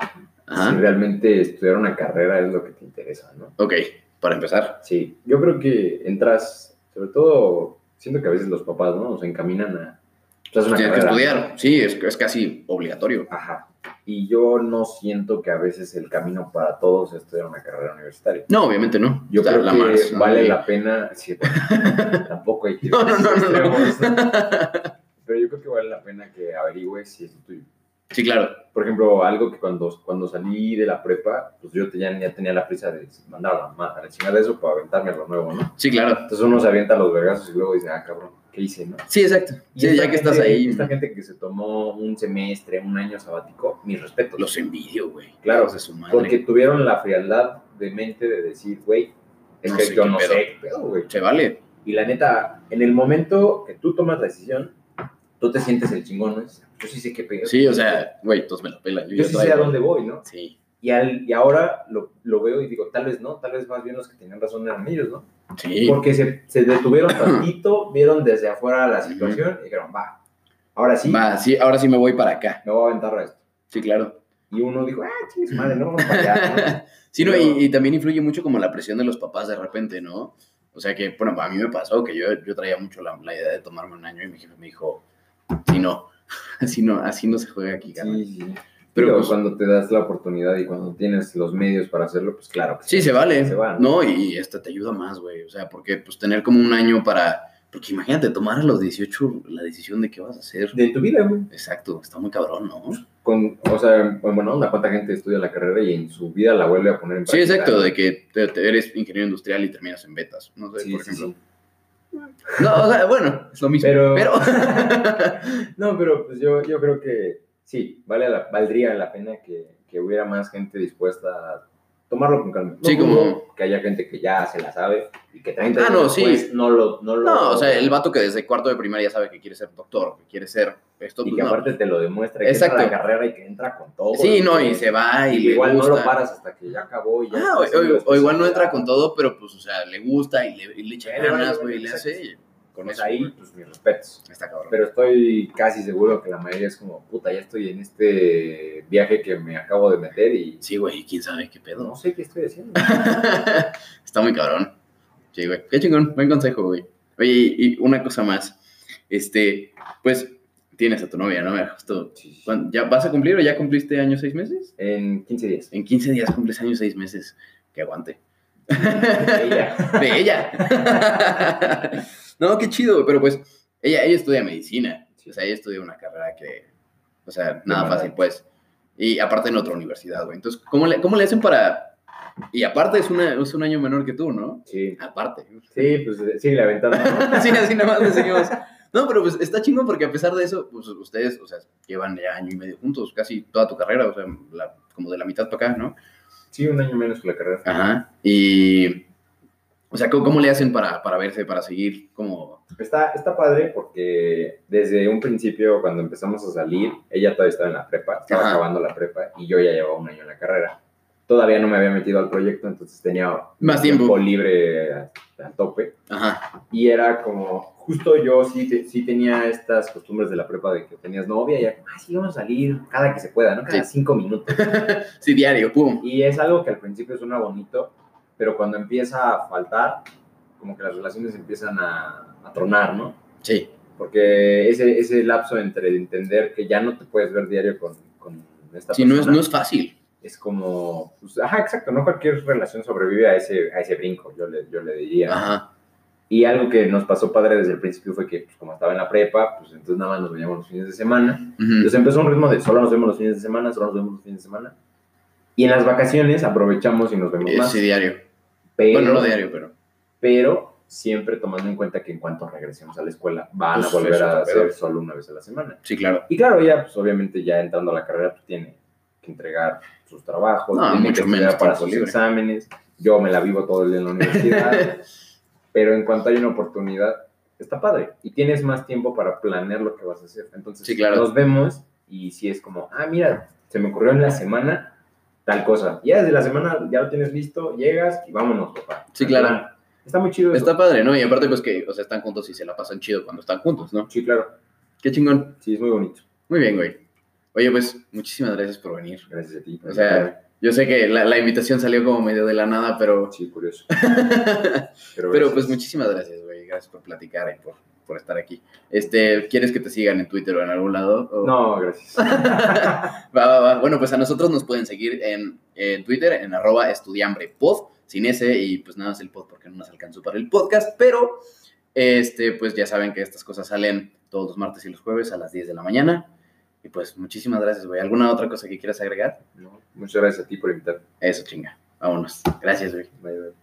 Ajá. si realmente estudiar una carrera es lo que te interesa, ¿no? Ok, para empezar. Sí, yo creo que entras, sobre todo, siento que a veces los papás, ¿no? Nos encaminan a... pues, haz una Tienes que carrera. estudiar. Sí, es, es casi obligatorio. Ajá. Y yo no siento que a veces el camino para todos es estudiar una carrera universitaria. No, obviamente no. Yo O sea, creo que más, ¿no? vale Sí. la pena... Sí, bueno, tampoco hay que... No, no, no, no, no. Pero yo creo que vale la pena que averigües si es lo tuyo. Sí, claro. por ejemplo, algo que cuando, cuando salí de la prepa, pues yo te- ya, ya tenía la prisa de mandar a la, ma- a la chingada eso para aventarme a lo nuevo, ¿no? Sí, claro. Entonces uno se avienta a los vergazos y luego dice, ah, cabrón, ¿qué hice, no? Sí, exacto. Y Sí, esta ya que estás gente- ahí, Esta gente que se tomó un semestre, un año sabático, mis respetos. los envidio, güey. Claro, Hijos de su madre. porque tuvieron la frialdad de mente de decir, güey, es No que sé yo qué no pedo". sé qué pedo, güey. se vale. Y la neta, en el momento que tú tomas la decisión, tú te sientes el chingón, ¿no? Dices, Yo sí sé qué pedo. Sí, o sea, güey, todos me la pelan. yo ya sí sé traigo. a dónde voy, ¿no? Sí, Y, al- y ahora lo, lo veo y digo, tal vez no, tal vez más bien los que tenían razón eran ellos, ¿no? sí. Porque se, se detuvieron tantito, vieron desde afuera la situación y dijeron, va, ahora sí, Va, sí, ahora sí me voy para acá. me voy a aventar a esto. Sí, claro. Y uno dijo, ah, chingues madre, no, vamos para allá. ¿no?". Sí, no, Pero- y, y también influye mucho como la presión de los papás de repente, ¿no? O sea que, bueno, a mí me pasó que yo, yo traía mucho la, la idea de tomarme un año y mi jefe me dijo, si no, así no, así no se juega aquí, carnal". Sí, sí. Pero Pero pues, cuando te das la oportunidad y cuando tienes los medios para hacerlo, pues claro. que sí, se vale, Se va, ¿no? Y esta te ayuda más, güey. O sea, porque pues tener como un año para... Porque imagínate, tomar a los 18 la decisión de qué vas a hacer. De tu vida, güey. Exacto, está muy cabrón, ¿no? Con, o sea, bueno, onda, cuánta gente estudia la carrera y en su vida la vuelve a poner en Sí, práctica. exacto, de que te- te eres ingeniero industrial y terminas en betas. No sé, Sí, por sí, ejemplo. sí. No, o sea, bueno, es lo mismo. Pero- Pero. No, pero pues yo, yo creo que sí, vale la- valdría la pena que, que hubiera más gente dispuesta a tomarlo con calma. No Sí, como- dudo que haya gente que ya se la sabe y que 30 Ah, años no, después sí. no lo... No, lo- no, o sea, el vato que desde cuarto de primaria sabe que quiere ser doctor, que quiere ser esto. Y pues, que no. aparte te lo demuestra, y que Exacto. entra a la carrera y que entra con todo. Sí, no, y se va y, le igual gusta. no lo paras hasta que ya acabó y ya... Ah, o, está haciendo o- o igual no entra especialidad. con todo, pero pues, o sea, le gusta y le, y le echa ah. Le vale, ganas, vale, güey, y le exacto. hace. y Con Pues eso, ahí, güey, pues mis respetos. Está cabrón. Pero estoy casi seguro que la mayoría es como, puta, ya estoy en este viaje que me acabo de meter y... Sí, güey, quién sabe qué pedo. No sé qué estoy haciendo. Está muy cabrón. Sí, güey. Qué chingón. Buen consejo, güey. Oye, y, y una cosa más. Este, pues, tienes a tu novia, ¿no? Justo. Sí, sí. ¿cuán- ¿Ya vas a cumplir o ya cumpliste años seis meses? En 15 días. En 15 días cumples años seis meses. Que aguante. Ella. De ella. no, qué chido, güey, pero pues, ella, ella estudia medicina. O sea, ella estudia una carrera que, o sea, nada Demandante. fácil, pues. Y aparte en otra universidad, güey. Entonces, ¿cómo le, cómo le hacen para...? Y aparte es, una, es un año menor que tú, ¿no? Sí. Aparte. Sí, pues eh, sí, la ventana. Sí, así nomás le seguimos. No, pero pues está chingón porque a pesar de eso, pues ustedes, o sea, llevan ya año y medio juntos, casi toda tu carrera, o sea, la- como de la mitad para acá, ¿no? Sí, un año menos que la carrera. Ajá. Y, o sea, ¿cómo, cómo le hacen para, para verse, para seguir como... Está, está padre porque desde un principio, cuando empezamos a salir, ella todavía estaba en la prepa, estaba Ajá. acabando la prepa y yo ya llevaba un año en la carrera. Todavía no me había metido al proyecto, entonces tenía Más tiempo. libre a, a tope. Ajá. Y era como, justo yo sí, te- sí tenía estas costumbres de la prepa de que tenías novia y era como, ah, sí, vamos a salir cada que se pueda, ¿no? Cada cinco minutos. Sí, diario, pum. Y es algo que al principio suena bonito, pero cuando empieza a faltar, como que las relaciones empiezan a, a tronar, ¿no? Sí. Porque ese, ese lapso entre entender que ya no te puedes ver diario con, con esta Sí, no persona es, no es fácil. es como, pues, ajá, exacto, no cualquier relación sobrevive a ese, a ese brinco, yo le, yo le diría. ¿no? Ajá. Y algo que nos pasó padre desde el principio fue que, pues, como estaba en la prepa, pues entonces nada más nos veíamos los fines de semana. Ujú. Entonces empezó un ritmo de solo nos vemos los fines de semana, solo nos vemos los fines de semana. Y en las vacaciones aprovechamos y nos vemos más. Sí, diario. pero, Bueno, no diario, pero. pero siempre tomando en cuenta que en cuanto regresemos a la escuela van Pues, a es volver otro a pedo. hacer solo una vez a la semana. Sí, claro. Y claro, ya, pues obviamente ya entrando a la carrera, pues tiene que entregar sus trabajos, No, tiene mucho que estudiar menos para tiempo sus libre. exámenes. Yo me la vivo todo el día en la universidad. pero en cuanto hay una oportunidad, está padre. Y tienes más tiempo para planear lo que vas a hacer. Entonces, Sí, claro. nos vemos y si es como, ah, mira, se me ocurrió en la semana tal cosa. Ya desde la semana ya lo tienes listo, llegas y vámonos, papá. Sí, claro. Está muy chido. eso. Está padre, ¿no? Y aparte, pues que, o sea, están juntos y se la pasan chido cuando están juntos, ¿no? Sí, claro. Qué chingón. Sí, es muy bonito. Muy bien, güey. Oye, pues, muchísimas gracias por venir. Gracias a ti. O sea, Yo sé que la, la invitación salió como medio de la nada, pero. sí, curioso. Pero gracias. pues muchísimas gracias, güey. Gracias por platicar y por, por estar aquí. Este, ¿quieres que te sigan en Twitter o en algún lado? O- No, gracias. Va, va, va. Bueno, pues a nosotros nos pueden seguir en, en Twitter, en arroba estudiambrepod, sin ese y pues nada más el pod porque no nos alcanzó para el podcast, pero este, pues ya saben que estas cosas salen todos los martes y los jueves a las 10 de la mañana. Y pues muchísimas gracias, güey. ¿Alguna otra cosa que quieras agregar? No, muchas gracias a ti por invitarme. Eso, chinga. Vámonos. Gracias, güey. Bye, bye.